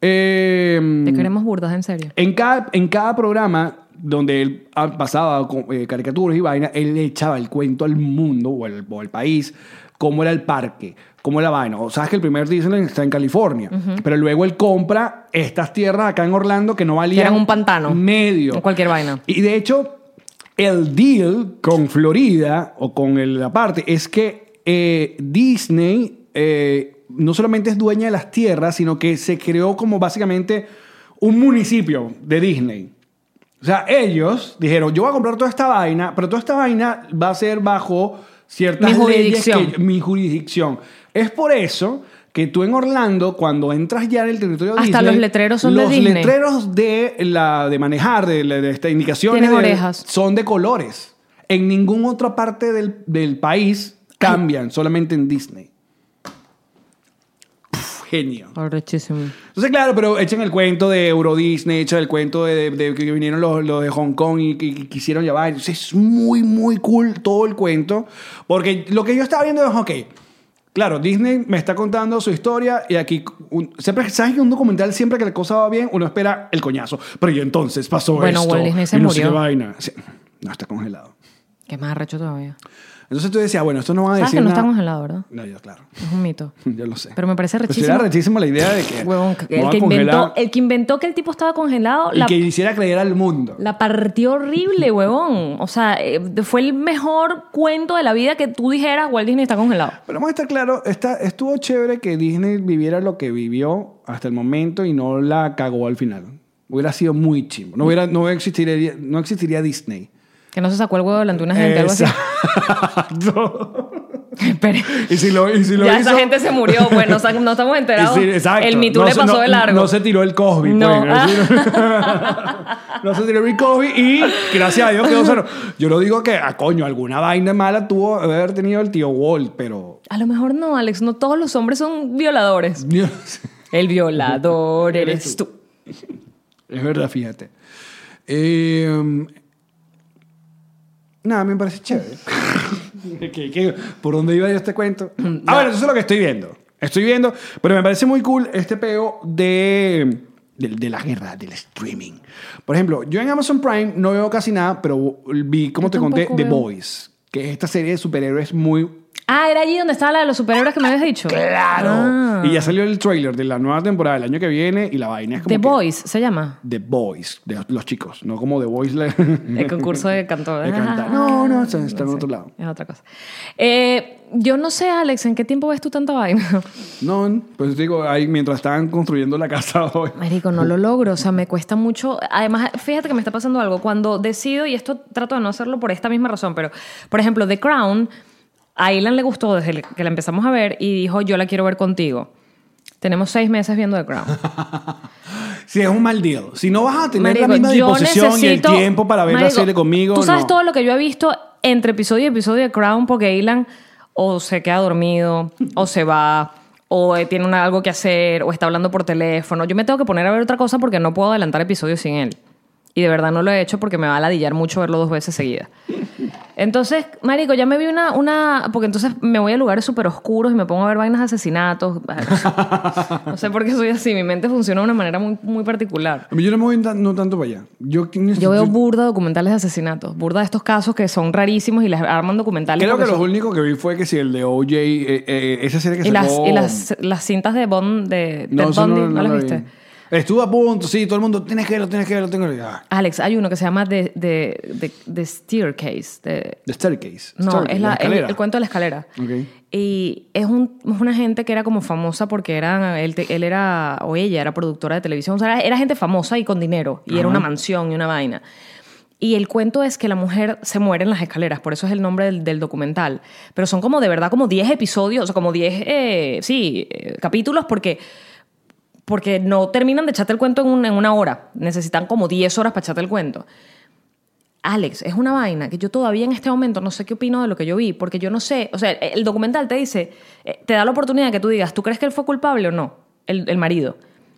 S2: Eh,
S1: Te queremos burdas, en serio.
S2: en, cada, en cada programa donde él ah, pasaba con, eh, caricaturas y vaina, él le echaba el cuento al mundo o al, o al país, cómo era el parque, cómo era la vaina. O sabes que el primer Disneyland está en California, pero luego él compra estas tierras acá en Orlando que no valían.
S1: eran un pantano.
S2: Medio.
S1: Cualquier vaina.
S2: Y de hecho, el deal con Florida o con el- la parte es que eh, Disney eh, no solamente es dueña de las tierras, sino que se creó como básicamente un municipio de Disney. O sea, ellos dijeron, yo voy a comprar toda esta vaina, pero toda esta vaina va a ser bajo ciertas
S1: Mi
S2: leyes que-
S1: jurisdicción.
S2: mi jurisdicción. Es por eso que tú en Orlando, cuando entras ya en el territorio de
S1: Hasta
S2: Disney,
S1: los letreros son de
S2: los
S1: Disney.
S2: letreros de la de manejar, de, la- de esta indicaciones,
S1: Tienen
S2: de-
S1: orejas.
S2: son de colores. En ninguna otra parte del, del país cambian, solamente en Disney. Pff, genio.
S1: Arrechísimo.
S2: Entonces, claro, pero echen el cuento de Euro Disney, echen el cuento de, de- de que vinieron los, los de Hong Kong y que que quisieron llevar. Entonces, es muy, muy cool todo el cuento. Porque lo que yo estaba viendo es, ok, claro, Disney me está contando su historia y aquí, un- siempre, ¿sabes que un documental siempre que la cosa va bien, uno espera el coñazo? Pero y entonces pasó
S1: Bueno,
S2: esto.
S1: Walt Disney se
S2: y no sé qué
S1: murió.
S2: vaina. Sí. No, está congelado.
S1: Que más arrecho todavía.
S2: Entonces tú decías, bueno, esto no va a
S1: Sabes
S2: decir
S1: que no
S2: nada.
S1: está congelado, ¿verdad?
S2: No, yo, claro. [laughs]
S1: Es un mito.
S2: Yo lo sé.
S1: Pero me parece
S2: Pero sería
S1: rechísimo.
S2: rechísimo la idea de que...
S1: Huevón, que-
S2: me
S1: el,
S2: va
S1: que
S2: a congelar.
S1: inventó, el que inventó que el tipo estaba congelado
S2: Y
S1: la,
S2: que hiciera creer al mundo.
S1: la partió horrible, huevón. O sea, eh, fue el mejor cuento de la vida que tú dijeras Walt Disney está congelado.
S2: Pero vamos a estar claro, está, estuvo chévere que Disney viviera lo que vivió hasta el momento y no la cagó al final. Hubiera sido muy chimbo. No, hubiera, no, existiría, no existiría Disney.
S1: Que no se sacó el huevo delante de una gente,
S2: Exacto.
S1: algo así. [laughs] Pero-
S2: y si lo, y si lo
S1: ya
S2: hizo-
S1: esa gente se murió, pues no, sa- no estamos
S2: [laughs]
S1: enterados.
S2: y si- exacto.
S1: El mito
S2: No
S1: le
S2: se-
S1: pasó
S2: no-
S1: de largo.
S2: No se tiró el Cosby.
S1: No.
S2: [laughs] pues. no se tiró el Cosby y gracias a Dios quedó sano. Yo lo digo que, a coño, alguna vaina mala tuvo haber tenido el tío Walt, pero... [laughs]
S1: A lo mejor no, Alex. No todos los hombres son violadores. El violador eres tú.
S2: Es verdad, fíjate. Eh, nada, me parece
S1: [laughs]
S2: chévere. ¿Qué- qué- por dónde iba yo este
S1: [clears throat]
S2: cuento? Ah, bueno, eso es lo que estoy viendo. Estoy viendo, pero me parece muy cool este peo de, de, de la guerra, del streaming. Por ejemplo, yo en Amazon Prime no veo casi nada, pero vi, como
S1: Yo
S2: te conté,
S1: tampoco
S2: The
S1: veo.
S2: Boys, que es esta serie de superhéroes muy...
S1: Ah, era allí donde estaba la de los superhéroes que me habías dicho.
S2: ¡Claro!
S1: Ah.
S2: Y ya salió el tráiler de la nueva temporada del año que viene y la vaina es como
S1: The
S2: que-
S1: Boys se llama.
S2: The Boys, de los chicos, no como The Boys.
S1: El concurso de cantor.
S2: De cantar. No, no, está, está en otro lado.
S1: Es otra cosa. Eh, yo no sé, Alex, ¿en qué tiempo ves tú tanta vaina?
S2: [laughs] No, pues digo, ahí mientras estaban construyendo la casa [laughs] hoy.
S1: Marico, no lo logro. O sea, me cuesta mucho. Además, fíjate que me está pasando algo. Cuando decido, y esto trato de no hacerlo por esta misma razón, pero, por ejemplo, The Crown A Ilan le gustó desde el- que la empezamos a ver y dijo, yo la quiero ver contigo. Tenemos seis meses viendo The Crown.
S2: Si es un mal deal. Si no vas a Ah, tener
S1: Marico,
S2: la misma
S1: yo
S2: disposición
S1: necesito-
S2: y el tiempo para ver la
S1: Marico,
S2: serie conmigo.
S1: Tú sabes
S2: no.
S1: todo lo que yo he visto entre episodio y episodio de Crown porque Ilan o se queda dormido o se va o eh, tiene una- algo que hacer o está hablando por teléfono. Yo me tengo que poner a ver otra cosa porque no puedo adelantar episodios sin él. Y de verdad no lo he hecho porque me va a ladillar mucho verlo dos veces seguidas. Entonces, marico, ya me vi una, una... Porque entonces me voy a lugares súper oscuros y me pongo a ver vainas de asesinatos. [laughs] No sé por qué soy así. Mi mente funciona de una manera muy, muy particular.
S2: Yo no me voy tan- no tanto para allá. Yo,
S1: Yo veo burda documentales de asesinatos, burda de estos casos que son rarísimos y les arman documentales.
S2: Creo que
S1: porque
S2: lo
S1: son-
S2: único que vi fue que si el de OJ, eh, eh, esa serie que
S1: y las,
S2: sacó...
S1: y las, las cintas de Bond, de Ted
S2: eso
S1: Bundy, ¿no,
S2: no
S1: las
S2: la vi.
S1: viste?
S2: Estuvo a punto, sí, todo el mundo, tienes que verlo, tienes que verlo, tienes que verlo. Ah,
S1: Alex, hay uno que se llama The, The, The- The Staircase. de-
S2: The Staircase.
S1: no,
S2: Staircase,
S1: es la- el,
S2: escalera.
S1: el cuento de la escalera.
S2: Ok.
S1: Y es, un, es una gente que era como famosa porque eran, él, te- él era, o ella era productora de televisión, o sea, era, era gente famosa y con dinero, y era una mansión y una vaina. Y el cuento es que la mujer se muere en las escaleras, por eso es el nombre del, del documental. Pero son como de verdad como 10 episodios, o sea, como 10, eh, sí, eh, capítulos, porque, porque no terminan de echarte el cuento en, un- en una hora. Necesitan como 10 horas para echarte el cuento. Alex, es una vaina que yo todavía en este momento no sé qué opino de lo que yo vi, porque yo no sé, o sea, el documental te dice, eh, te da la oportunidad que tú digas, ¿tú crees que él fue culpable o no? El, el marido.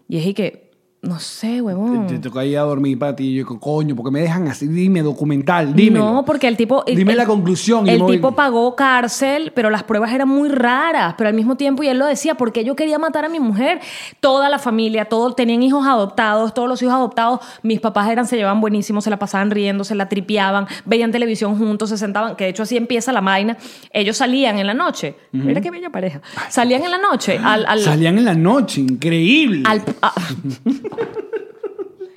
S1: Y es ahí que, no sé, huevón.
S2: Te, te toca ir a dormir para ti. Y yo, coño, porque me dejan así? Dime, documental, dime.
S1: No, porque el tipo. el-
S2: Dime
S1: el-
S2: la conclusión. y
S1: El
S2: me voy-
S1: tipo pagó cárcel, pero las pruebas eran muy raras. Pero al mismo tiempo, y él lo decía, porque yo quería matar a mi mujer. Toda la familia, todos tenían hijos adoptados, todos los hijos adoptados. Mis papás eran, se llevaban buenísimos, se la pasaban riendo, se la tripeaban, veían televisión juntos, se sentaban, que de hecho así empieza la vaina. Ellos salían en la noche. Mira qué bella pareja. Salían en la noche al. al-
S2: Salían en la noche, increíble.
S1: al a- [laughs]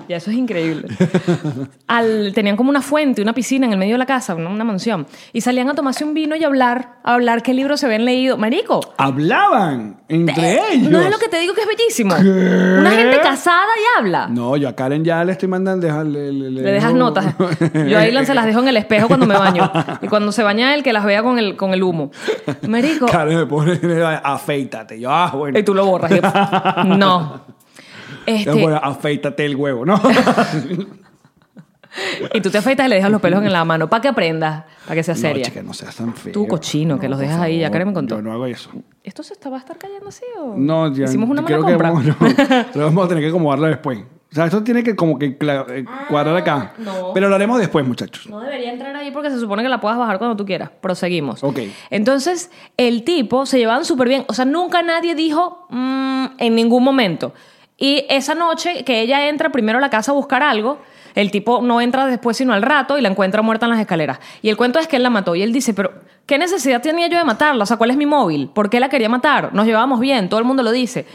S1: ya eso es increíble. Al, tenían como una fuente, una piscina en el medio de la casa, una, una mansión. Y salían a tomarse un vino y a hablar, a hablar qué libros se habían leído. Marico, eh,
S2: Hablaban entre ellos.
S1: no es lo que te digo que es bellísimo. Una gente casada y habla.
S2: No, yo a Karen ya le estoy mandando. deja- le, le- le
S1: Le dejas
S2: dejo- [laughs]
S1: notas. Yo a Ilan se las dejo en el espejo cuando me baño. Y cuando se baña él, que las vea con el, con el humo. Marico,
S2: Karen me pone, [laughs] afeítate. Yo, ah, bueno.
S1: y tú lo borras. Yo, no.
S2: Yo,
S1: Este,
S2: bueno, afeítate el huevo, ¿no?
S1: y tú te afeitas y le dejas los pelos en la mano. Para que aprendas, para que sea
S2: No,
S1: [laughs] seria.
S2: chica, no seas tan feo.
S1: Tú, cochino, que
S2: No,
S1: los
S2: por
S1: dejas ahí, ya
S2: favor,
S1: Karen me contó.
S2: Yo no hago eso.
S1: ¿Esto se está, va a estar cayendo así o...?
S2: No, ya,
S1: Hicimos una mala
S2: creo
S1: compra.
S2: Que
S1: [laughs]
S2: vamos, no, lo vamos a tener que acomodarlo después. O sea, esto tiene que como que cla- eh, cuadrar acá.
S1: Ah, no.
S2: Pero lo haremos después, muchachos.
S1: No debería entrar ahí porque se supone que la puedas bajar cuando tú quieras. Proseguimos.
S2: Ok.
S1: Entonces, el tipo se llevaban súper bien. O sea, nunca nadie dijo mm, en ningún momento. Y esa noche que ella entra primero a la casa a buscar algo, el tipo no entra después sino al rato y la encuentra muerta en las escaleras. Y el cuento es que él la mató. Y él dice, pero ¿qué necesidad tenía yo de matarla? O sea, ¿cuál es mi móvil? ¿Por qué la quería matar? Nos llevábamos bien, todo el mundo lo dice.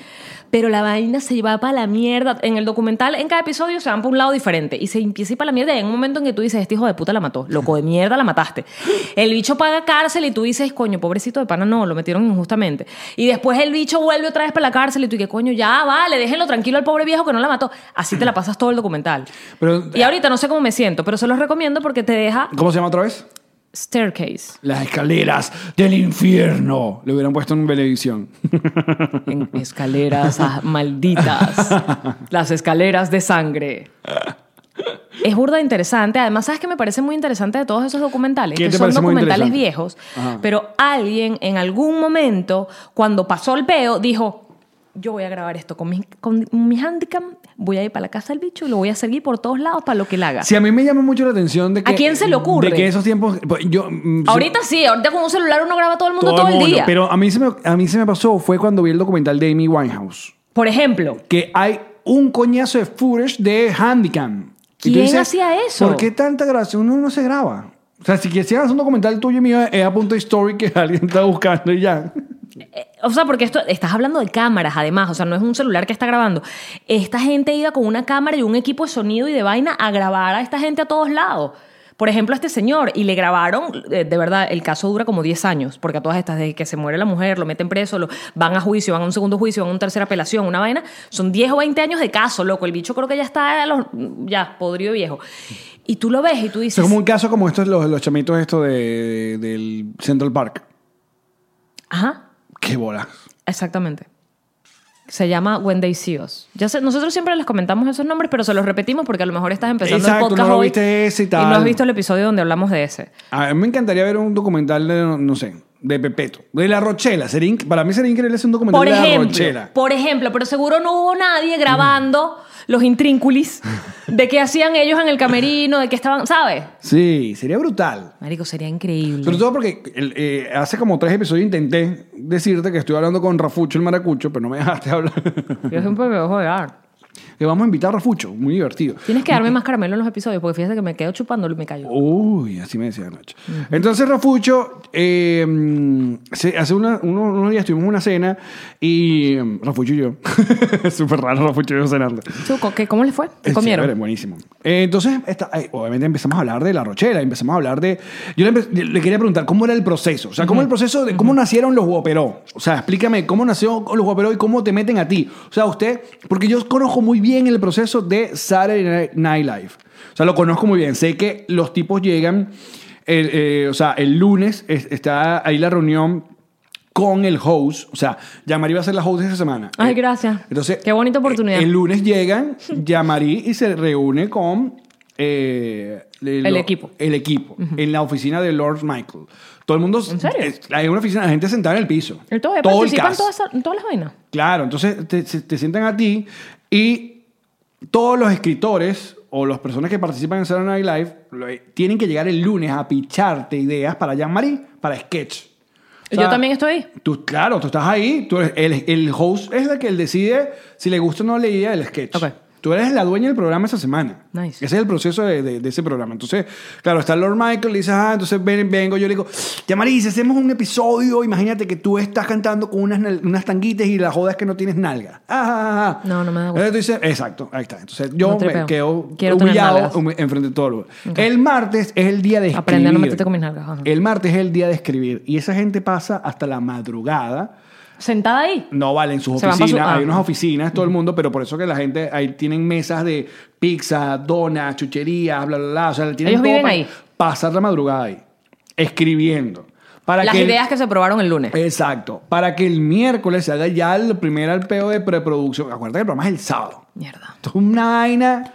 S1: Pero la vaina se va para la mierda. En el documental, en cada episodio se van para un lado diferente. Y se empieza a ir para la mierda. Y en un momento en que tú dices, este hijo de puta la mató. Loco de mierda la mataste. El bicho paga cárcel y tú dices, coño, pobrecito de pana, no, lo metieron injustamente. Y después el bicho vuelve otra vez para la cárcel y tú dices, coño, ya, vale, déjenlo tranquilo al pobre viejo que no la mató. Así te la pasas todo el documental.
S2: Pero,
S1: Y ahorita no sé cómo me siento, pero se los recomiendo porque te deja
S2: ¿Cómo se llama otra vez?
S1: Staircase.
S2: Las escaleras del infierno. Le hubieran puesto en Belevisión.
S1: En escaleras ah, malditas. Las escaleras de sangre. Es burda interesante. Además, ¿sabes qué me parece muy interesante de todos esos documentales?
S2: ¿Qué
S1: Que
S2: te
S1: son
S2: parece muy
S1: documentales
S2: interesante?
S1: viejos,
S2: Ajá.
S1: pero alguien en algún momento, cuando pasó el peo, dijo, yo voy a grabar esto con mi, con mi handicam, voy a ir para la casa del bicho y lo voy a seguir por todos lados para lo que él haga.
S2: Si a mí me llama mucho la atención de que...
S1: ¿A quién se le ocurre?
S2: De que esos tiempos... pues, Yo, mm,
S1: ahorita sí, ahorita con un celular uno graba a todo el mundo todo, el,
S2: mundo.
S1: día.
S2: Pero a mí, se me, a mí se me pasó fue cuando vi el documental de Amy Winehouse.
S1: por ejemplo,
S2: Que hay un coñazo de footage de Handicam. Y tú
S1: ¿Quién hacía eso?
S2: ¿Por qué tanta gracia? Uno no se graba. O sea, si quisieras un documental tuyo y mío, es a punto de story que [laughs] alguien está buscando y ya.
S1: O sea, porque esto, estás hablando de cámaras, además, o sea, no es un celular que está grabando. Esta gente iba con una cámara y un equipo de sonido y de vaina a grabar a esta gente a todos lados. Por ejemplo, a este señor, y le grabaron, eh, de verdad, el caso dura como 10 años, porque a todas estas, desde que se muere la mujer, lo meten preso, lo, van a juicio, van a un segundo juicio, van a una tercera apelación, una vaina, son 10 o 20 años de caso, loco, el bicho creo que ya está, a los- ya, podrido viejo. Y tú lo ves y tú
S2: Es
S1: dices...
S2: como un caso como estos, los, los chamitos estos de, del Central Park.
S1: Ajá,
S2: Qué bola.
S1: exactamente. Se llama When They See Us. Ya sé, nosotros siempre les comentamos esos nombres, pero se los repetimos porque a lo mejor estás empezando
S2: Exacto,
S1: el podcast
S2: no lo
S1: hoy
S2: viste ese y
S1: y no
S2: tal.
S1: has visto el episodio donde hablamos de ese.
S2: A mí me encantaría ver un documental de, no, no sé, de Pepeto. De La Rochela. Sería inc- para mí sería increíble hacer un documental
S1: Por
S2: de La
S1: ejemplo,
S2: Rochela.
S1: por ejemplo, pero seguro no hubo nadie grabando los intrínculis de qué hacían ellos en el camerino, de qué estaban, ¿sabes?
S2: Sí, sería brutal.
S1: Marico, sería increíble.
S2: Sobre todo porque el- eh, hace como tres episodios intenté decirte que estoy hablando con Rafucho el maracucho, pero no me dejaste [laughs] hablar.
S1: Yo siempre me dejo llegar.
S2: que vamos a invitar a Rafucho, muy divertido.
S1: Tienes que darme más caramelo en los episodios, porque fíjate que me quedo chupándolo y me
S2: Oh.
S1: callo.
S2: Uy, así me decía anoche. Entonces Rafucho, eh, mm, se- hace una- uno- unos días tuvimos una cena y mm, Rafucho y yo, [laughs] súper raro Rafucho y yo cenando.
S1: Chuco, ¿qué- ¿Cómo les fue? ¿Qué
S2: Es
S1: comieron?
S2: chévere, Este, buenísimo. Eh, entonces, esta- eh, obviamente empezamos a hablar de la rochela, empezamos a hablar de... Yo le, empe- le quería preguntar cómo era el proceso, o sea, cómo el proceso de cómo nacieron los guaperó. O sea, explícame cómo nació los guaperó y cómo te meten a ti. O sea, usted, porque yo conozco muy bien el proceso de Saturday Night Live. O sea, lo conozco muy bien. Sé que los tipos llegan, el, eh, o sea, el lunes es- está ahí la reunión con el host, o sea, Yamari va a ser la host de esta semana.
S1: Ay,
S2: Eh,
S1: gracias.
S2: Entonces, eh,
S1: Qué bonita oportunidad.
S2: El lunes llegan Yamari y se reúne con eh, le-
S1: El equipo.
S2: El equipo, en la oficina de Lord Michael. Todo el mundo.
S1: ¿En serio?
S2: es- hay una oficina, la gente sentada en el piso.
S1: ¿Y todo-
S2: Todo el
S1: ¿Participan
S2: cast.
S1: todas, esas- todas las vainas?
S2: Claro, entonces te, se- te sientan a ti y todos los escritores o las personas que participan en Saturday Night Live lo- eh, tienen que llegar el lunes a picharte ideas para Jean-Marie, para sketch. O sea,
S1: Yo también estoy ahí.
S2: Tú, claro, tú estás ahí, tú eres- el, el host es el que decide si le gusta o no la idea del sketch.
S1: Ok.
S2: Tú eres la dueña del programa esa semana.
S1: Nice.
S2: Ese es el proceso de, de- de ese programa. Entonces, claro, está Lord Michael, le dice, ah, entonces ven- vengo, yo le digo, ya María, si hacemos un episodio, imagínate que tú estás cantando con unas, nal- unas tanguitas y la joda es que no tienes nalga. Ah, ah, ah, ah.
S1: No, no me da gusto.
S2: Entonces, exacto, ahí está. Entonces, yo
S1: No
S2: me
S1: tripeo.
S2: quedo
S1: Quiero tener
S2: humillado
S1: nalgas.
S2: humi- enfrente de todo el mundo. El martes es el día de escribir.
S1: Aprende a no meterte con mis nalgas, ajá.
S2: El martes es el día de escribir y esa gente pasa hasta la madrugada.
S1: ¿Sentada ahí?
S2: No valen sus
S1: Se van pa' su-
S2: oficinas,
S1: ah.
S2: hay unas oficinas, todo el mundo, pero por eso que la gente ahí tienen mesas de pizza, donas, chucherías, bla, bla, bla. O sea, tienen todo
S1: Ellos viven
S2: para
S1: ahí.
S2: Pasar la madrugada ahí, escribiendo. Para
S1: Las
S2: que el- Eh,
S1: ideas que se probaron el lunes.
S2: Exacto. Para que el miércoles se haga ya el primer alpeo de preproducción. Acuérdate que el programa es el sábado.
S1: Mierda.
S2: Esto es una vaina.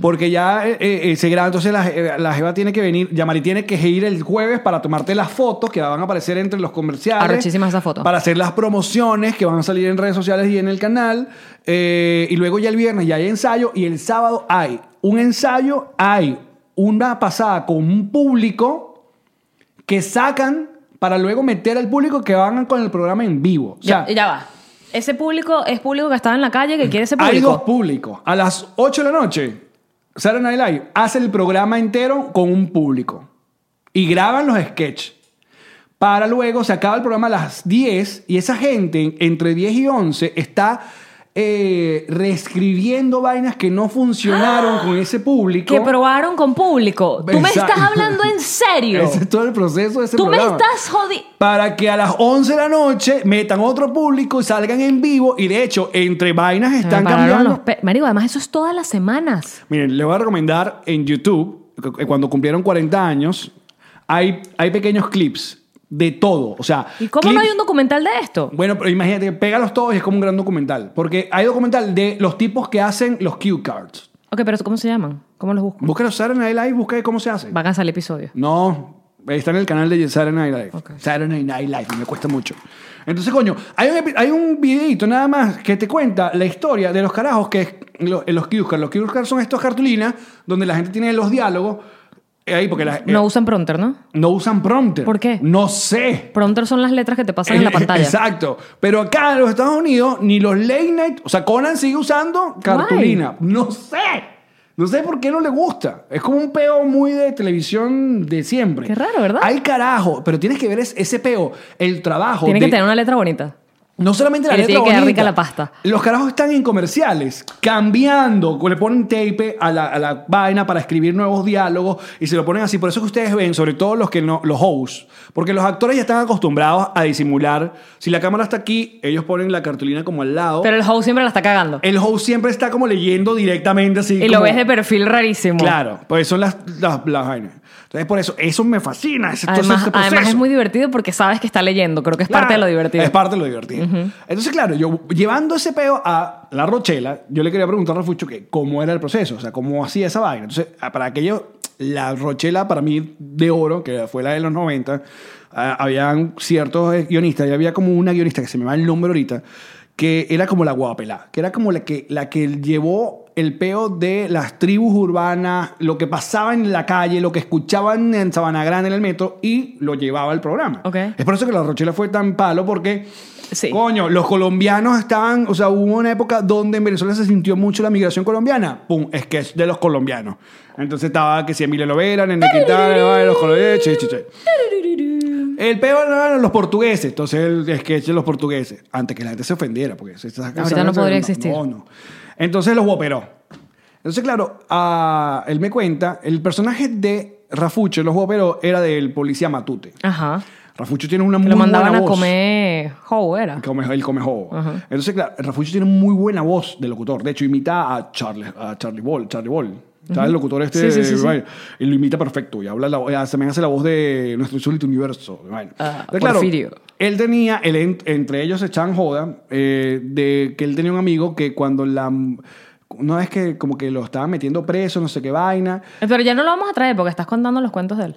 S2: Porque ya eh, eh, se graba, entonces la, eh, la Jeva tiene que venir, Yamari tiene que ir el jueves para tomarte las fotos que van a aparecer entre los comerciales.
S1: Arrechísimas esas fotos.
S2: Para hacer las promociones que van a salir en redes sociales y en el canal. Eh, y luego ya el viernes ya hay ensayo y el sábado hay un ensayo, hay una pasada con un público que sacan para luego meter al público que van con el programa en vivo. O sea, Mm,
S1: Ya, ya va. Ese público es público que estaba en la calle, que quiere ese
S2: hay dos
S1: público.
S2: públicos. A las 8 de la noche, Saturday Night Live hace el programa entero con un público. Y graban los sketches. Para luego se acaba el programa a las 10 y esa gente entre 10 y 11 está eh, reescribiendo vainas que no funcionaron con ese público.
S1: [gasps] Que probaron con público. Tú me
S2: Exacto.
S1: estás hablando en serio.
S2: [laughs] Ese es todo el proceso de ese
S1: Tú me
S2: programa.
S1: estás jodiendo.
S2: Para que a las 11 de la noche metan otro público y salgan en vivo. Y de hecho, entre vainas
S1: Se
S2: están
S1: me pararon
S2: cambiando.
S1: los pe- Marico, además eso es todas las semanas.
S2: Miren, les voy a recomendar en YouTube, cu- cuando cumplieron 40 años, hay, hay pequeños clips de todo. O sea,
S1: ¿Y cómo no
S2: clips-
S1: hay un documental de esto?
S2: Bueno, pero imagínate, pégalos todos y es como un gran documental. Porque hay documental de los tipos que hacen los cue cards.
S1: Ok, pero ¿cómo se llaman? ¿Cómo los busco?
S2: Busca los Saturday Night Live, busca cómo se hace.
S1: Van a salir episodios.
S2: Eh. No, está en el canal de Saturday Night Live.
S1: Ok.
S2: Saturday Night Live, me cuesta mucho. Entonces, coño, hay un, epi- hay un videito nada más que te cuenta la historia de los carajos que es lo- eh, los cue cards. Los cue cards son estas cartulinas donde la gente tiene los diálogos. eh, Ahí, porque la- eh,
S1: No usan prompter, ¿no?
S2: no usan prompter.
S1: ¿Por qué?
S2: No sé.
S1: Prompter son las letras que te
S2: [laughs]
S1: pasan en la pantalla.
S2: Exacto. Pero acá en los Estados Unidos, ni los late night. O sea, Conan sigue usando cartulina. No sé. No sé por qué no le gusta. Es como un peo muy de televisión de siempre.
S1: Qué raro, ¿verdad?
S2: Hay carajo, pero tienes que ver es- ese peo, el trabajo.
S1: Tiene
S2: de-
S1: que tener una letra bonita.
S2: No solamente la
S1: Que le
S2: letra
S1: tiene que dar
S2: bonita,
S1: rica la pasta.
S2: Los carajos están en comerciales, cambiando, le ponen tape a la, a la vaina para escribir nuevos diálogos y se lo ponen así. Por eso es que ustedes ven, sobre todo los que no, los hosts, porque los actores ya están acostumbrados a disimular. Si la cámara está aquí, ellos ponen la cartulina como al lado.
S1: Pero el host siempre la está cagando.
S2: el host siempre está como leyendo directamente así.
S1: Y lo
S2: como-
S1: ves de perfil rarísimo.
S2: Claro, pues son las, las, las vainas. Entonces, por eso, eso me fascina. ese- todo
S1: Además,
S2: ese
S1: además
S2: proceso.
S1: es muy divertido porque sabes que está leyendo. Creo que es parte de
S2: Claro,
S1: lo divertido.
S2: Es parte de lo divertido. Entonces, claro, yo llevando ese peo a la Rochela, yo le quería preguntar a Fucho que cómo era el proceso, o sea, cómo hacía esa vaina. Entonces, ah, para aquello, la Rochela para mí de oro, que fue la de los 90, ah, habían ciertos eh, guionistas, y había como una guionista que se me va el nombre ahorita, que era como la guapela, que era como la que, la que llevó el peo de las tribus urbanas, lo que pasaba en la calle, lo que escuchaban en Sabana Grande, en el metro, y lo llevaba al programa.
S1: Ok.
S2: Es por eso que la Rochela fue tan palo, porque.
S1: Sí.
S2: Coño, los colombianos estaban. O sea, hubo una época donde en Venezuela se sintió mucho la migración colombiana. Pum, sketch de los colombianos. Entonces estaba que si Emilio Lovera, Nene Quintana, vale, los colombianos. che, che, che. El peor eran los portugueses. Entonces el sketch de los portugueses. Antes que la gente se ofendiera, porque se está
S1: Ahorita no podría existir.
S2: No, no. Entonces los guaperó. Entonces, claro, ah, él me cuenta, el personaje de Rafucho, en los guaperó, era del policía Matute.
S1: Ajá.
S2: Rafucho tiene una
S1: Que
S2: muy
S1: lo mandaban
S2: buena
S1: a
S2: voz.
S1: comer How era.
S2: Come- el come jobo.
S1: Ajá.
S2: Entonces, claro, Rafucho tiene muy buena voz de locutor. De hecho, imita a Charles, a Charlie Ball, Charlie Ball. ¿Sabes? El locutor este.
S1: Sí, sí, sí, sí.
S2: bueno, Y lo imita perfecto. Y habla la, se me hace la voz de nuestro insólito universo. Bueno.
S1: Ah,
S2: Entonces, claro,
S1: Porfirio.
S2: él tenía, él en- entre ellos se echan joda, eh, de que él tenía un amigo que cuando la. No es que como que lo estaban metiendo preso, no sé qué vaina.
S1: Eh, Pero ya no lo vamos a traer porque estás contando los cuentos
S2: [laughs]
S1: de él.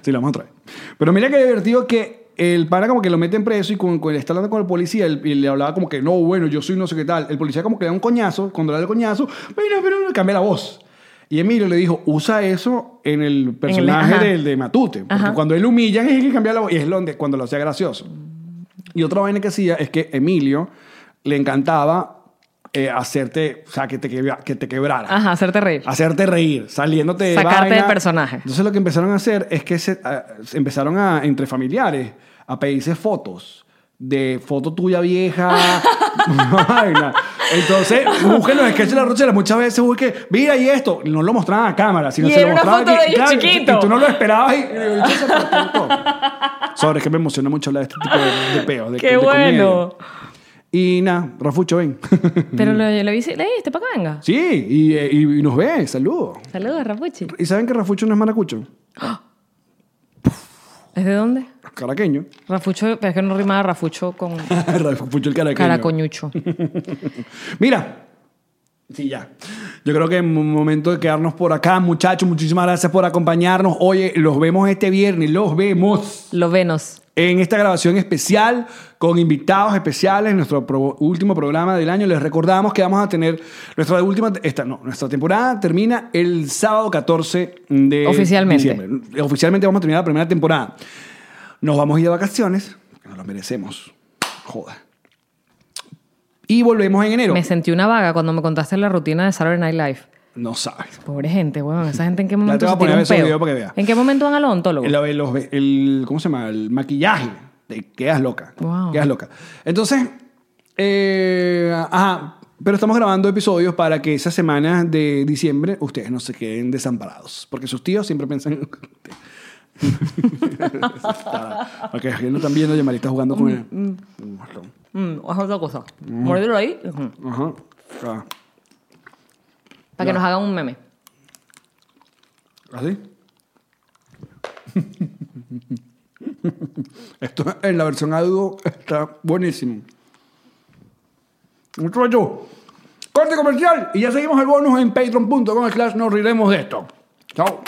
S2: sí, lo vamos a traer. Pero mira qué divertido que el pana como que lo meten preso y cuando, cuando está hablando con el policía el- y le hablaba como que, no, bueno, yo soy no sé qué tal. El policía como que le da un coñazo, cuando le da el coñazo, mira, pero cambia la voz. Y Emilio le dijo, usa eso en el personaje
S1: ajá.
S2: del de Matute. Porque
S1: Ajá.
S2: cuando él humillan [laughs] es el que cambia la voz y es donde, cuando lo hacía gracioso. Y otra vaina que hacía es que Emilio le encantaba eh, hacerte, o sea, que te, quebra- que te quebrara
S1: Ajá, hacerte reír.
S2: hacerte reír, saliéndote de
S1: Sacarte
S2: vaina.
S1: de personaje.
S2: Entonces lo que empezaron a hacer es que se, a- se empezaron a, entre familiares, a pedirse fotos. De foto tuya
S1: [laughs]
S2: vieja. [laughs] vaina. Entonces, busquen los sketches de la Rochela. Muchas veces busquen, mira, y esto. No lo mostraban a cámara, sino
S1: Y
S2: se lo
S1: era una
S2: mostraban
S1: foto
S2: aquí.
S1: de ellos chiquitos.
S2: Y tú no lo esperabas. Y, y el bicho se cortó. Sobre, es que me emociona mucho hablar de este tipo de, de peos. De,
S1: ¡Qué
S2: de comedia. [laughs]
S1: bueno!
S2: Y nada, Rafucho, ven. [laughs]
S1: Pero lo, lo viste, le diste para que venga.
S2: sí, y, eh, y- y nos ve. Saludos.
S1: Saludos, Rapuchi.
S2: ¿Y saben que Rafucho no es maracucho?
S1: ¿Es de dónde?
S2: Caraqueño. [laughs]
S1: Rafucho, pero es que no rimaba Rafucho con
S2: Rafucho el caraqueño.
S1: Caracoñucho.
S2: Mira. Sí, ya. Yo creo que es un momento de quedarnos por acá, muchachos. Muchísimas gracias por acompañarnos. Oye, los vemos este viernes, los vemos
S1: Lo venos.
S2: en esta grabación especial con invitados especiales, nuestro pro- último programa del año. Les recordamos que vamos a tener nuestra última, esta no, nuestra temporada termina el sábado 14 de
S1: Oficialmente.
S2: diciembre. Oficialmente vamos a terminar la primera temporada. Nos vamos a ir de vacaciones, que nos lo merecemos. Joda. Y volvemos en enero.
S1: Me sentí una vaga cuando me contaste la rutina de Saturday Night Live.
S2: No sabes.
S1: Pobre gente, weón. Esa gente en
S2: [laughs]
S1: qué
S2: te
S1: momento
S2: voy
S1: se
S2: a poner
S1: tira un
S2: ese
S1: peo?
S2: video para que veas.
S1: ¿En qué momento van al odontólogo?
S2: El, el- los- el- ¿Cómo se llama? El maquillaje. Te quedas loca.
S1: Wow.
S2: Quedas loca. Entonces, eh, ajá. Pero estamos grabando episodios para que esas semanas de diciembre ustedes no se queden desamparados. Porque sus tíos siempre piensan. [laughs] Porque no están viendo, Yamal está jugando con él.
S1: Mm, es otra cosa.
S2: Mm.
S1: Morderlo ahí. ujú.
S2: Ajá. Ah,
S1: Para que nos hagan un meme.
S2: ¿Así? [laughs] Esto en la versión audio está buenísimo. Un rollo. Corte comercial y ya seguimos el bonus en patreon.com slash nos riremos de esto. Chao.